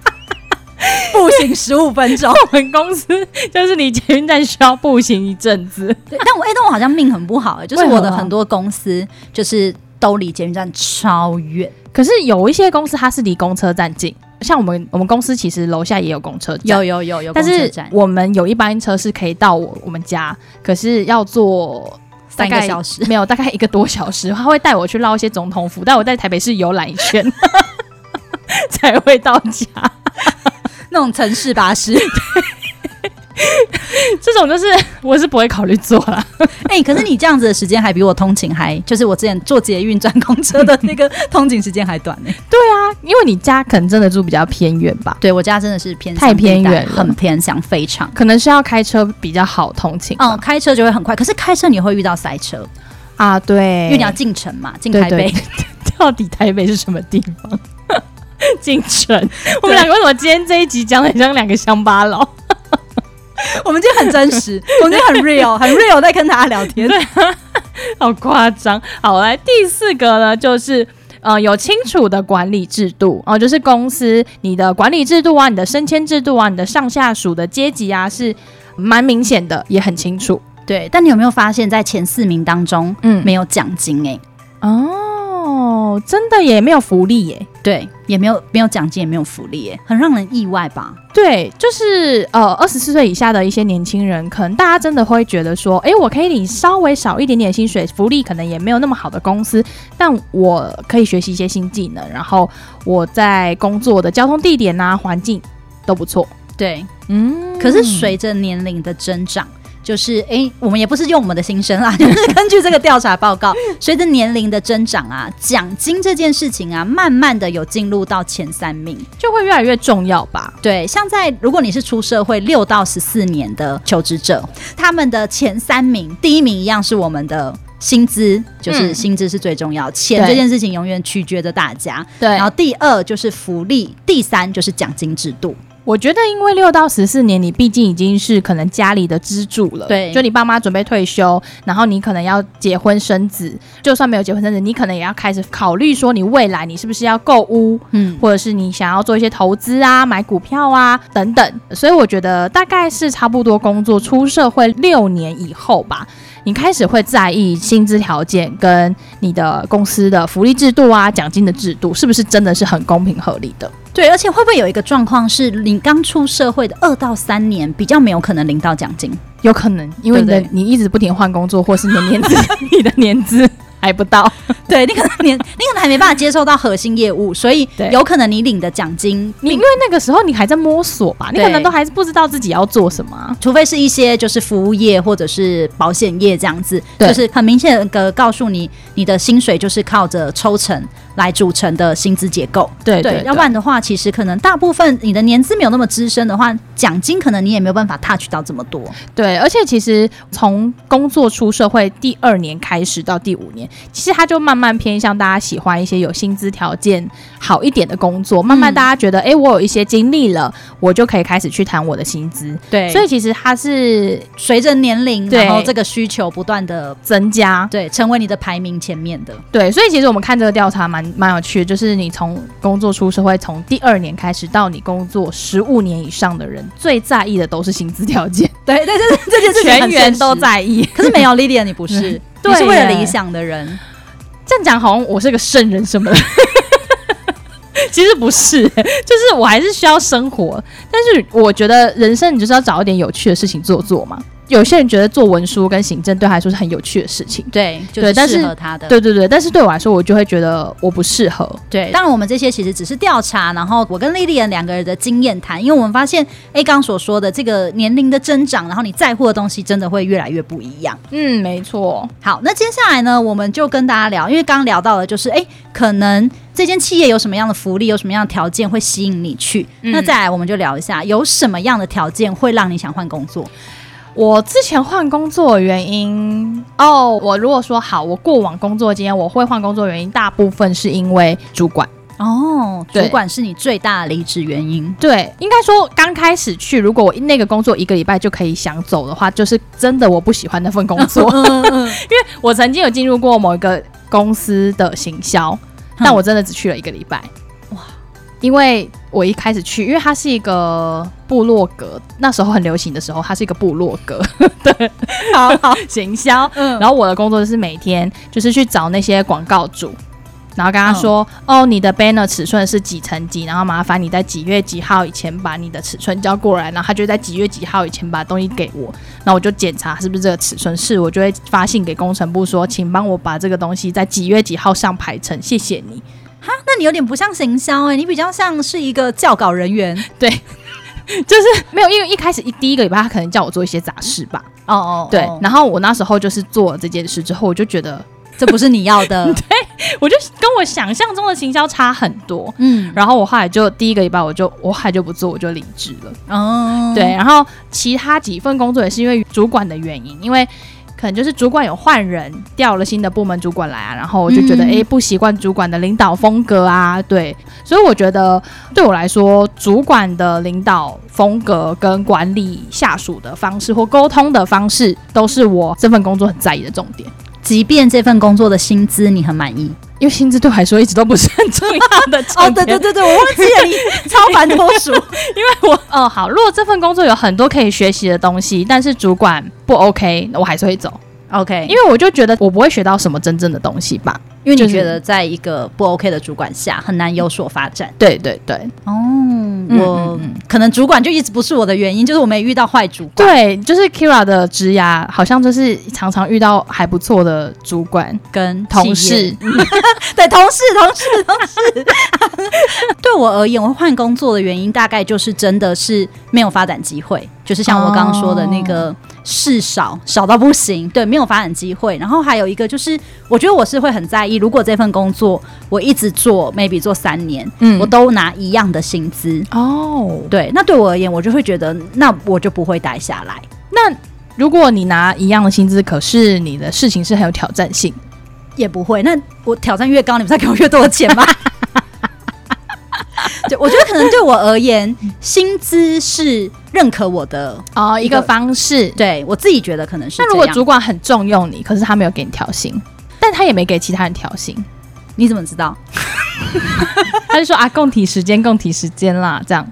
S1: 步行十五分钟。
S2: 我们公司就是离捷运站需要步行一阵子，
S1: 对但我哎、但我好像命很不好、哎，就是
S2: 为何
S1: 我的
S2: 啊
S1: 很多公司就是都离捷运站超远。
S2: 可是有一些公司它是离公车站近，像我们我们公司其实楼下也有公车站，
S1: 有有有有，
S2: 但
S1: 公车
S2: 是
S1: 站
S2: 我们有一班车是可以到我我们家，可是要坐。
S1: 三
S2: 大
S1: 个
S2: 概
S1: 小时。
S2: 没有，大概一个多小时，他会带我去绕一些总统府，带我在台北市游览一圈， 才会到家。
S1: 那种城市巴 士。
S2: 这种就是我是不会考虑做啦。
S1: 哎、可是你这样子的时间还比我通勤还，就是我之前坐捷运转公车的那个通勤时间还短哎呢、
S2: 因为你家可能真的住比较偏远吧，
S1: 对我家真的是偏乡
S2: 太偏
S1: 地带
S2: 远了
S1: 很偏乡，非常。
S2: 可能是要开车比较好通勤吧。
S1: 嗯，开车就会很快，可是开车你会遇到塞车，
S2: 啊，对，
S1: 因为你要进城嘛，进
S2: 对
S1: 台北。
S2: 对到底台北是什么地方？ 进城，我们两个为什么今天这一集讲的像两个乡巴佬？
S1: 我们今天很真 实，我们今天很 real，很 real 在跟大家聊天。对，
S2: 好夸张！好，来第四个呢，就是呃有清楚的管理制度哦、就是公司你的管理制度啊，你的升迁制度啊，你的上下属的阶级啊，是蛮明显的，也很清楚。
S1: 但你有没有发现，在前四名当中
S2: 嗯
S1: 没有奖金、欸？
S2: 哦，真的也没有福利耶。
S1: 对，也没有没有奖金，也没有福利、欸，很让人意外吧？
S2: 对，就是呃，二十四岁以下的一些年轻人，可能大家真的会觉得说，诶，我可以领稍微少一点点薪水，福利可能也没有那么好的公司，但我可以学习一些新技能，然后我在工作的交通地点呐、环境都不错。
S1: 对，
S2: 嗯
S1: 可是随着年龄的增长，就是诶，我们也不是用我们的心声啦，啊 就是根据这个调查报告，随着年龄的增长啊，奖金这件事情啊，慢慢的有进入到前三名。
S2: 就会越来越重要吧？
S1: 对，像在如果你是出社会六到十四年的求职者，他们的前三名，第一名一样是我们的。薪资就是
S2: 嗯
S1: 薪资是最重要，钱
S2: 对
S1: 这件事情永远取决着大家。
S2: 对
S1: 然后第二就是福利，第三就是奖金制度。
S2: 我觉得，因为六到十四年，你毕竟已经是可能家里的支柱了，
S1: 对
S2: 就你爸妈准备退休，然后你可能要结婚生子，就算没有结婚生子，你可能也要开始考虑说，你未来你是不是要购屋，
S1: 嗯，
S2: 或者是你想要做一些投资啊，买股票啊等等。所以我觉得大概是差不多工作出社会六年以后吧，你开始会在意薪资条件跟你的公司的福利制度啊、奖金的制度是不是真的是很公平合理的。
S1: 对，而且会不会有一个状况是，你刚出社会的二到三年比较没有可能领到奖金？
S2: 有可能，因为你的
S1: 对不
S2: 你一直不停换工作，或是你的年资，你的年资还不到。
S1: 对你可能 你你可能还没办法接受到核心业务，所以
S2: 对
S1: 有可能你领的奖金
S2: 你因
S1: 并
S2: 为那个时候你还在摸索吧，你
S1: 对
S2: 可能都还是不知道自己要做什么啊、
S1: 除非是一些就是服务业或者是保险业这样子，
S2: 对
S1: 就是很明显的告诉你，你的薪水就是靠着抽成来组成的薪资结构。
S2: 对
S1: 要不然的话，其实可能大部分你的年资没有那么资深的话，奖金可能你也没有办法 touch 到这么多。
S2: 对，而且其实从工作出社会第二年开始到第五年，其实他就慢慢偏向大家喜欢一些有薪资条件好一点的工作，慢慢
S1: 嗯
S2: 大家觉得，哎、我有一些经历了，我就可以开始去谈我的薪资。
S1: 对
S2: 所
S1: 所以
S2: 以其实它是
S1: 随着年龄，
S2: 对
S1: 然后这个需求不断的
S2: 增加，
S1: 对成为你的排名前面的。
S2: 对，所以其实我们看这个调查蛮蛮有趣的，就是你从工作出社会，从第二年开始到你工作十五年以上的人，最在意的都是薪资条 件，
S1: 对，但是这件事情
S2: 全
S1: 很
S2: 员
S1: 现实
S2: 都。在意。
S1: 可是没有 Lydia，你不 是，
S2: 对
S1: 你是为了
S2: 耶
S1: 理想的人。
S2: 这样讲好像我是个圣人什么的， 其实不是，就是我还是需要生活。但是我觉得人生你就是要找一点有趣的事情做做嘛。有些人觉得做文书跟行政对他来说是很有趣的事情，
S1: 对，就
S2: 对但是
S1: 适合他的。
S2: 对对对，但是对我来说，我就会觉得我不适合。
S1: 对，当然我们这些其实只是调查，然后我跟莉莉安两个人的经验谈，因为我们发现 A 刚所说的这个年龄的增长，然后你在乎的东西真的会越来越不一样。
S2: 嗯，没错，
S1: 好，那接下来呢，我们就跟大家聊，因为刚刚聊到的就是，诶，可能这间企业有什么样的福利，有什么样的条件会吸引你去。
S2: 嗯
S1: 那再来，我们就聊一下有什么样的条件会让你想换工作。
S2: 我之前换工作的原因哦，我如果说好，我过往工作经验，我会换工作的原因，大部分是因为主管。
S1: 哦，主
S2: 对
S1: 管是你最大的离职原因。
S2: 对，应该说刚开始去，如果我那个工作一个礼拜就可以想走的话，就是真的我不喜欢那份工作。 我曾经有进入过某一个公司的行销，但我真的只去了一个礼拜。哇！因为我一开始去，因为它是一个部落格，那时候很流行的时候，它是一个部落格 对，好好 行销。
S1: 嗯，
S2: 然后我的工作就是每天就是去找那些广告主，然后跟他说：“哦，你的 banner 尺寸是几乘几，然后麻烦你在几月几号以前把你的尺寸交过来。”然后他就在几月几号以前把东西给我，那我就检查是不是这个尺寸是，我就会发信给工程部说：“请帮我把这个东西在几月几号上排成，谢谢你。
S1: 哈，那你有点不像行销哎、你比较像是一个教稿人员。”
S2: 就是没有，因为一开始一第一个礼拜他可能叫我做一些杂事吧，
S1: 哦哦，
S2: 对。
S1: 哦
S2: 然后我那时候就是做了这件事之后，我就觉得
S1: 这不是你要 的。
S2: 我就跟我想象中的行销差很多，
S1: 嗯，
S2: 然后我后来就第一个礼拜我就我后来就不做，我就离职了。
S1: 哦，
S2: 对，，然后其他几份工作也是因为主管的原因，因为可能就是主管有换人，调了新的部门主管来啊，然后我就觉得
S1: 嗯
S2: 诶不习惯主管的领导风格啊，对，所以我觉得对我来说，主管的领导风格跟管理下属的方式或沟通的方式，都是我这份工作很在意的重点。
S1: 即便这份工作的薪资你很满意。
S2: 因为薪资对我来说一直都不是很重要的 重点。
S1: 哦
S2: 哦
S1: 对对，我忘记了你超凡脱俗。
S2: 我哦、好，如果这份工作有很多可以学习的东西，但是主管不 OK，我还是会走。
S1: OK，因
S2: 因
S1: 为
S2: 为我就觉得我不会学到什么真正的东西吧。
S1: 因为
S2: 就
S1: 你
S2: 是
S1: 觉得在一个不 OK 的主管下很难有所发展。
S2: 对对对，
S1: 哦，我
S2: 嗯嗯
S1: 可能主管就一直不是我的原因，就是我没遇到坏主管，
S2: 对，就是 Kira 的职涯好像就是常常遇到还不错的主管
S1: 跟
S2: 同
S1: 企业
S2: 事，
S1: 对，同事，同事，同事。对我而言，我会换工作的原因大概就是真的是没有发展机会，就是像我刚刚说的那个事少，少到不行，对，没有发展机会。然后还有一个就是，我觉得我是会很在意，如果这份工作我一直做，maybe 做三年，
S2: 嗯
S1: 我都拿一样的薪资。
S2: 哦，
S1: 对，那对我而言，我就会觉得，那我就不会待下来。
S2: 那如果你拿一样的薪资，可是你的事情是很有挑战性，
S1: 也不会。那我挑战越高，你们才给我越多的钱 吧。对，我觉得可能对我而言，薪资是认可我的，
S2: 哦，一
S1: 个
S2: 个方式。
S1: 对我自己觉得可能是这
S2: 那
S1: 样。
S2: 如果主管很重用你，可是他没有给你调薪，但他也没给其他人调薪，
S1: 你怎么知道？
S2: 他就说啊，共体时间，共体时间啦，这样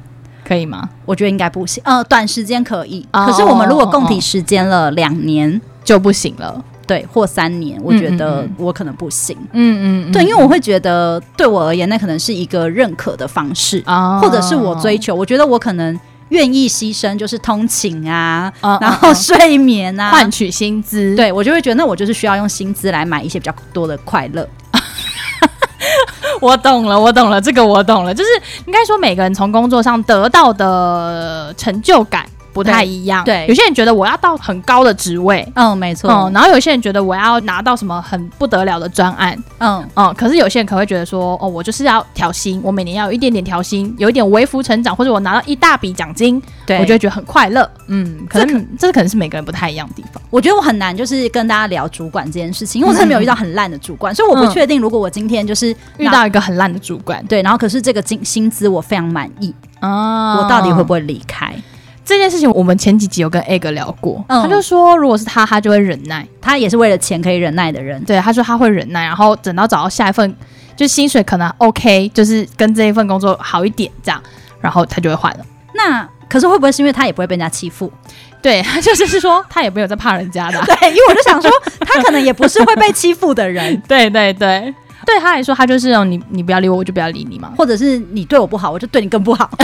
S2: 可以吗？
S1: 我觉得应该不行。呃，短时间可以，
S2: 哦
S1: 可是我们如果
S2: 哦
S1: 共体
S2: 哦
S1: 时间了两年，
S2: 就不行了。
S1: 对，或三年，我
S2: 嗯
S1: 觉得
S2: 嗯嗯
S1: 我可能不行。
S2: 嗯嗯
S1: 对，因为我会觉得对我而言，那可能是一个认可的方式，
S2: 啊
S1: 或者是我追求，我觉得我可能愿意牺牲，就是通勤啊，
S2: 嗯
S1: 然
S2: 嗯
S1: 后
S2: 嗯
S1: 睡眠啊，
S2: 换取薪资，
S1: 对我就会觉得，那我就是需要用薪资来买一些比较多的快乐。
S2: 我懂了，我懂了，这个我懂了，就是应该说每个人从工作上得到的成就感不太一样。
S1: 对对
S2: 有些人觉得我要到很高的职位。
S1: 嗯，没错，
S2: 嗯，然后有些人觉得我要拿到什么很不得了的专案，
S1: 嗯
S2: 嗯，可是有些人可能会觉得说，哦，我就是要调薪，我每年要有一点点调薪，有一点微幅成长，或者我拿到一大笔奖金，
S1: 对，
S2: 我就会觉得很快乐。
S1: 嗯，
S2: 可
S1: 可
S2: 能这可能是每个人不太一样的地方。
S1: 我觉得我很难就是跟大家聊主管这件事情，因为我真的没有遇到很烂的主管，所以我不
S2: 嗯
S1: 确定如果我今天就是
S2: 遇到一个很烂的主管
S1: 对，然后可是这个薪薪资我非常满意，
S2: 啊
S1: 我到底会不会离开？
S2: 这件事情？我们前几集有跟 egg 聊过，
S1: 嗯
S2: 他就说，如果是他，他就会忍耐。
S1: 他也是为了钱可以忍耐的人，
S2: 对，他说他会忍耐，然后等到找到下一份，就薪水可能 OK，就是跟这一份工作好一点这样，然后他就会换了。
S1: 那可是会不会是因为他也不会被人家欺负？
S2: 对， 他就是说他也没有在怕人家的啊、
S1: 对，因为我就 想说，他可能也不是会被欺负的人，
S2: 对对对，对他来说，他就是哦，你你不要理我，我就不要理你嘛。
S1: 或者是你对我不好，我就对你更不好。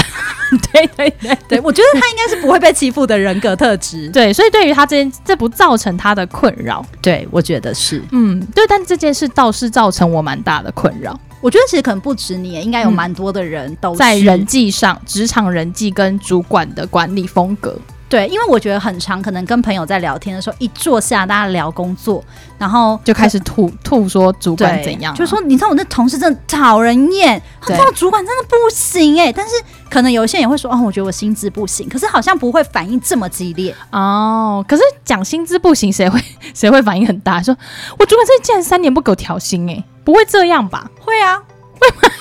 S2: 对对对
S1: 对我觉得他应该是不会被欺负的人格特 质。
S2: 对，所以对于他这件，这不造成他的困扰。
S1: 对，我觉得是。
S2: 嗯，对，但这件事倒是造成我蛮大的困扰，
S1: 我觉得其实可能不止你，应该有蛮多的人都是
S2: 在人际上、职场人际跟主管的管理风格。
S1: 对，因为我觉得很常可能跟朋友在聊天的时候，一坐下大家聊工作，然后
S2: 就开。始吐吐说主管
S1: 对，
S2: 怎样啊、
S1: 就说你知道我那同事真的讨人厌，他
S2: 对
S1: 说我主管真的不行哎、但是可能有一些人也会说，哦，我觉得我薪资不行，可是好像不会反应这么激烈。
S2: 哦，可是讲薪资不行，谁会 谁会反应很大？说我主管这竟然三年不给我调薪、欸，不会这样吧？
S1: 会啊， 会吗？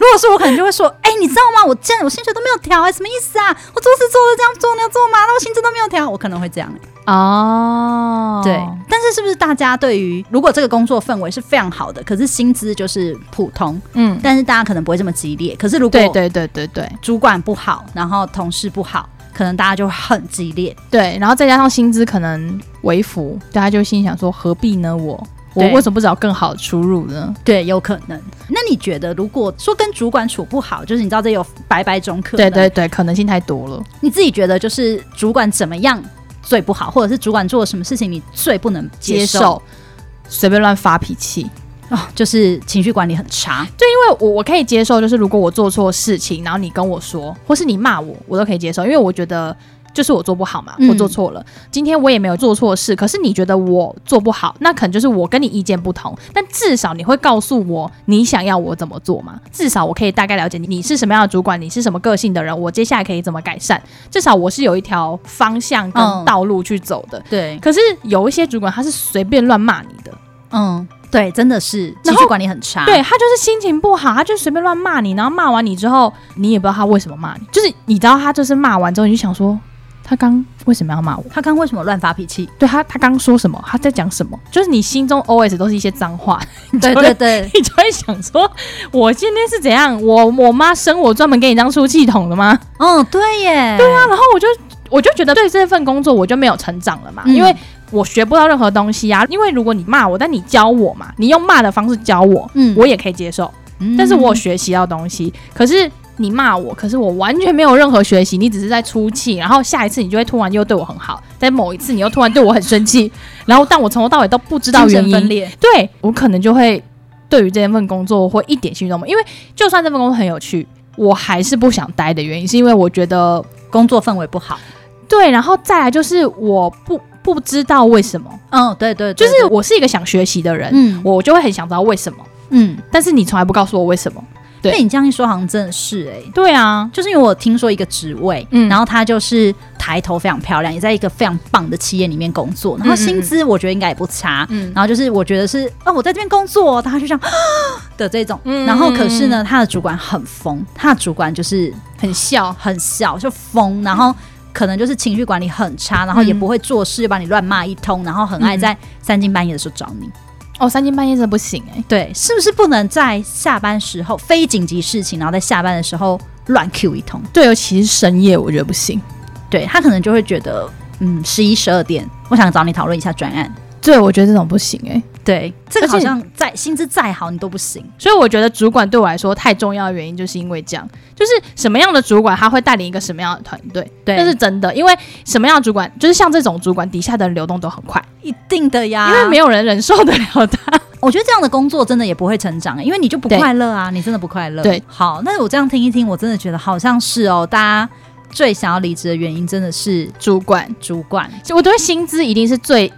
S1: 如果是我，可能就会说，哎、你知道吗？我这样我薪水都没有调、哎，什么意思啊？我做事做的这样做那样做嘛，那我薪资都没有调，我可能会这样、哎
S2: 哦
S1: 对，但是是不是大家对于如果这个工作氛围是非常好的，可是薪资就是普通，
S2: 嗯，
S1: 但是大家可能不会这么激烈。可是如果
S2: 对对对对对
S1: 主管不好，然后同事不好，可能大家就会很激烈。
S2: 对，然后再加上薪资可能微幅，大家就心想说何必呢我？我
S1: 对
S2: 为什么不找更好的出入呢？
S1: 对，有可能。那你觉得，如果说跟主管处不好，就是你知道这有百百种可
S2: 对
S1: 能，
S2: 对对，可能性太多了。
S1: 你自己觉得就是主管怎么样最不好，或者是主管做了什么事情你最不能
S2: 接
S1: 受？
S2: 受随便乱发脾气，
S1: 哦，就是情绪管理很差。
S2: 对，因为我我可以接受，就是如果我做错事情，然后你跟我说，或是你骂我，我都可以接受，因为我觉得就是我做不好嘛，
S1: 嗯
S2: 我做错了。今天我也没有做错事，可是你觉得我做不好，那可能就是我跟你意见不同，但至少你会告诉我你想要我怎么做嘛，至少我可以大概了解你你是什么样的主管，你是什么个性的人，我接下来可以怎么改善，至少我是有一条方向
S1: 嗯
S2: 跟道路去走的。
S1: 对，
S2: 可是有一些主管他是随便乱骂你的，
S1: 嗯，对，真的是情
S2: 然后
S1: 绪管理很差。
S2: 对他就是心情不好，他就随便乱骂你，然后骂完你之后，你也不知道他为什么骂你，就是你知道他就是骂完之后，你就想说他刚为什么要骂我？
S1: 他刚为什么乱发脾气？
S2: 对他，他刚说什么？他在讲什么？就是你心中 always 都是一些脏话，
S1: 对对 对，啊
S2: 你就会想说，我今天是怎样？我我妈生我专门给你当出气筒的吗？
S1: 嗯，对耶，对啊，
S2: 那然后我就我就觉得对这份工作我就没有成长了嘛，
S1: 嗯
S2: 因为我学不到任何东西啊。因为如果你骂我，但你教我嘛，你用骂的方式教我，
S1: 嗯
S2: 我也可以接受。但是我有学习到东西，可是你骂我，可是我完全没有任何学习，你只是在出气，然后下一次你就会突然又对我很好，在某一次你又突然对我很生气， 然后但我从头到尾都不知
S1: 知
S2: 道原
S1: 分
S2: 因，
S1: 裂。
S2: 对我可能就会对于这份工作会一点兴趣都没有，因为就算这份工作很有趣，我还是不想待的原因是因为我觉得
S1: 工作氛围不好，
S2: 对，然后再来就是我不不知道为什么，
S1: 嗯，对对，
S2: 就
S1: 对
S2: 是我是一个想学习的人，
S1: 嗯
S2: 我就会很想知道为什么，
S1: 嗯，
S2: 但是你从来不告诉我为什么，对
S1: 被你这样一说，好像真的是哎、
S2: 对啊，
S1: 就是因为我听说一个职位，
S2: 嗯
S1: 然后她就是抬头非常漂亮，也在一个非常棒的企业里面工作，然后薪资我觉得应该也不差，
S2: 嗯
S1: 然后就是我觉得是哦，我在这边工作哦，大家就这样啊 的这种，
S2: 嗯
S1: 然后可是呢，她的主管很疯，她的主管就是
S2: 很笑，
S1: 很小就疯，然
S2: 嗯
S1: 后。可能就是情绪管理很差，然后也不会做事，把你乱骂一通，然后很
S2: 嗯
S1: 爱在三更半夜的时候找你。
S2: 哦，三更半夜真的不行哎、
S1: 对，是不是不能在下班时候非紧急事情，然后在下班的时候乱 Q 一通？
S2: 对，尤其是深夜，我觉得不行。
S1: 对他可能就会觉得，嗯，十一十二点，我想找你讨论一下专案。
S2: 对，我觉得这种不行哎、
S1: 对，这
S2: 个
S1: 个好
S2: 好
S1: 像再薪资再好，你都不行。
S2: 所以我觉得主管对我来说太重要的原因，就是因为这样，就是什么样的主管他会带领一个什么样的团队，
S1: 对
S2: 这是真的。因为什么样的主管，就是像这种主管底下的人流动都很快，
S1: 一定的呀，
S2: 因为没
S1: 有
S2: 有人忍受得了他。
S1: 我觉得这样的工作真的也不会成长，欸因为你就不
S2: 对
S1: 快乐啊，你真的不快乐。
S2: 对，
S1: 好，那我这样听一听，我真的觉得好像是哦，大家最想要离职的原因真的是
S2: 主管，
S1: 主管，
S2: 我觉得薪资一定是最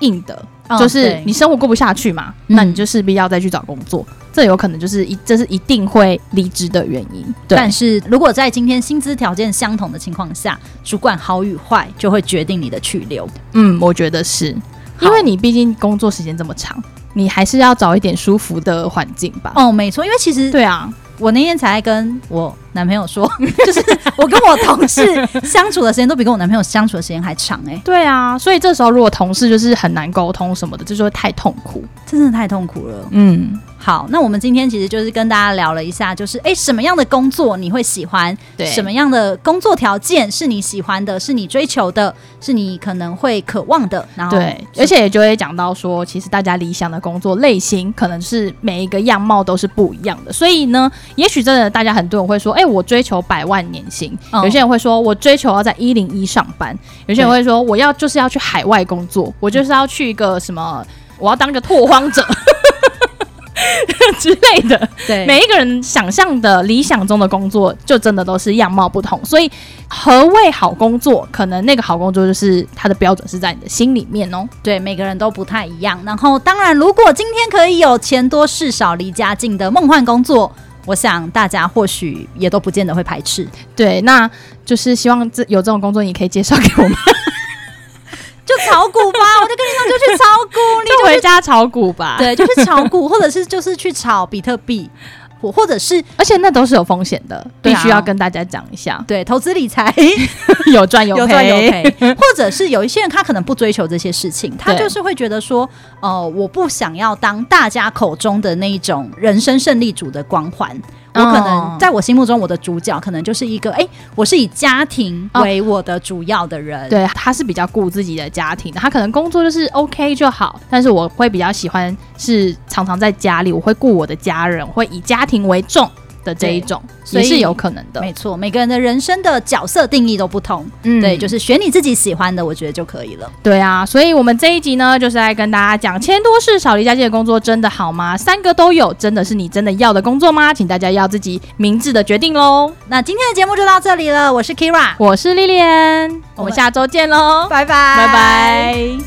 S2: 硬的，
S1: 嗯
S2: 就是
S1: 对
S2: 你生活过不下去嘛，
S1: 嗯
S2: 那你就势必要再去找工作，这有可能就是一这是一定会离职的原因。对，
S1: 但是如果在今天薪资条件相同的情况下，主管好与坏就会决定你的去留。
S2: 嗯，我觉得是因为你毕竟工作时间这么长，你还是要找一点舒服的环境吧。
S1: 哦，没错，因为其实
S2: 对啊，
S1: 我那天才跟我男朋友说， 就是我跟我同事相处的时间都比跟我男朋友相处的时间还长、哎，
S2: 对啊，所以这时候如果同事就是很难沟通什么的，这就会太痛苦。
S1: 真的太痛苦了。
S2: 嗯，
S1: 好，那我们今天其实就是跟大家聊了一下，就是哎，诶什么样的工作你会喜欢？
S2: 对
S1: 什么样的工作条件是你喜欢的，是你追求的，是你可能会渴望的？然后
S2: 对，而且也就会讲到说，其实大家理想的工作类型可能是每一个样貌都是不一样的，所以呢，也许真的大家很多人会说，哎、我追求百万年薪，
S1: 嗯
S2: 有些人会说我追求要在一零一上班，有些人会说我要就是要去海外工作，我就是要去一个什么，我要当个拓荒者 之类的，
S1: 对
S2: 每一个人想象的理想中的工作，就真的都是样貌不同。所以，何谓好工作？可能那个好工作就是它的标准是在你的心里面哦。
S1: 对，每个人都不太一样。然后，当然，如果今天可以有钱多事少、离家近的梦幻工作，我想大家或许也都不见得会排斥。
S2: 对，那就是希望这有这种工作， 你可以介绍给我们，
S1: 就炒股吧，我就跟你说，就去炒股， 你
S2: 就
S1: 就
S2: 回家炒股吧。，
S1: 对，就去炒股，或 者是就是去炒比特币，或或者是
S2: 而且那都是有风险的，
S1: 对
S2: 必
S1: 啊，
S2: 须要跟大家讲一下
S1: 对投资理财
S2: 有赚有
S1: 有赚有
S2: 赔。
S1: 赔，或者是有一些人他可能不追求这些事情，他
S2: 对
S1: 就是会觉得说，呃，我不想要当大家口中的那一种人生胜利组的光环。我可
S2: 哦
S1: 能在我心目中，我的主角可能就是一个，哎、我是以家庭为我的主要的人。
S2: 哦对，他是比较顾自己的家庭的，他可能工作就是 OK 就好，但是我会比较喜欢是常常在家里，我会顾我的家人，我会以家庭为重的这一种，
S1: 所
S2: 也
S1: 以
S2: 是有可能的
S1: 没。错，每个人的人生的角色定义都不同，
S2: 嗯
S1: 对，就是选你自己喜欢的，我觉得就可以了。
S2: 对啊，所以我们这一集呢，就是来跟大家讲，钱多事少离家近的工作真的好吗？三个都有，真的是你真的要的工作吗？请大家要自己明智的决定喽。
S1: 那今天的节目就到这里了，我是 Kira，
S2: 我是丽莲，我
S1: 我
S2: 们
S1: 们
S2: 下周见喽，
S1: 拜拜，
S2: 拜拜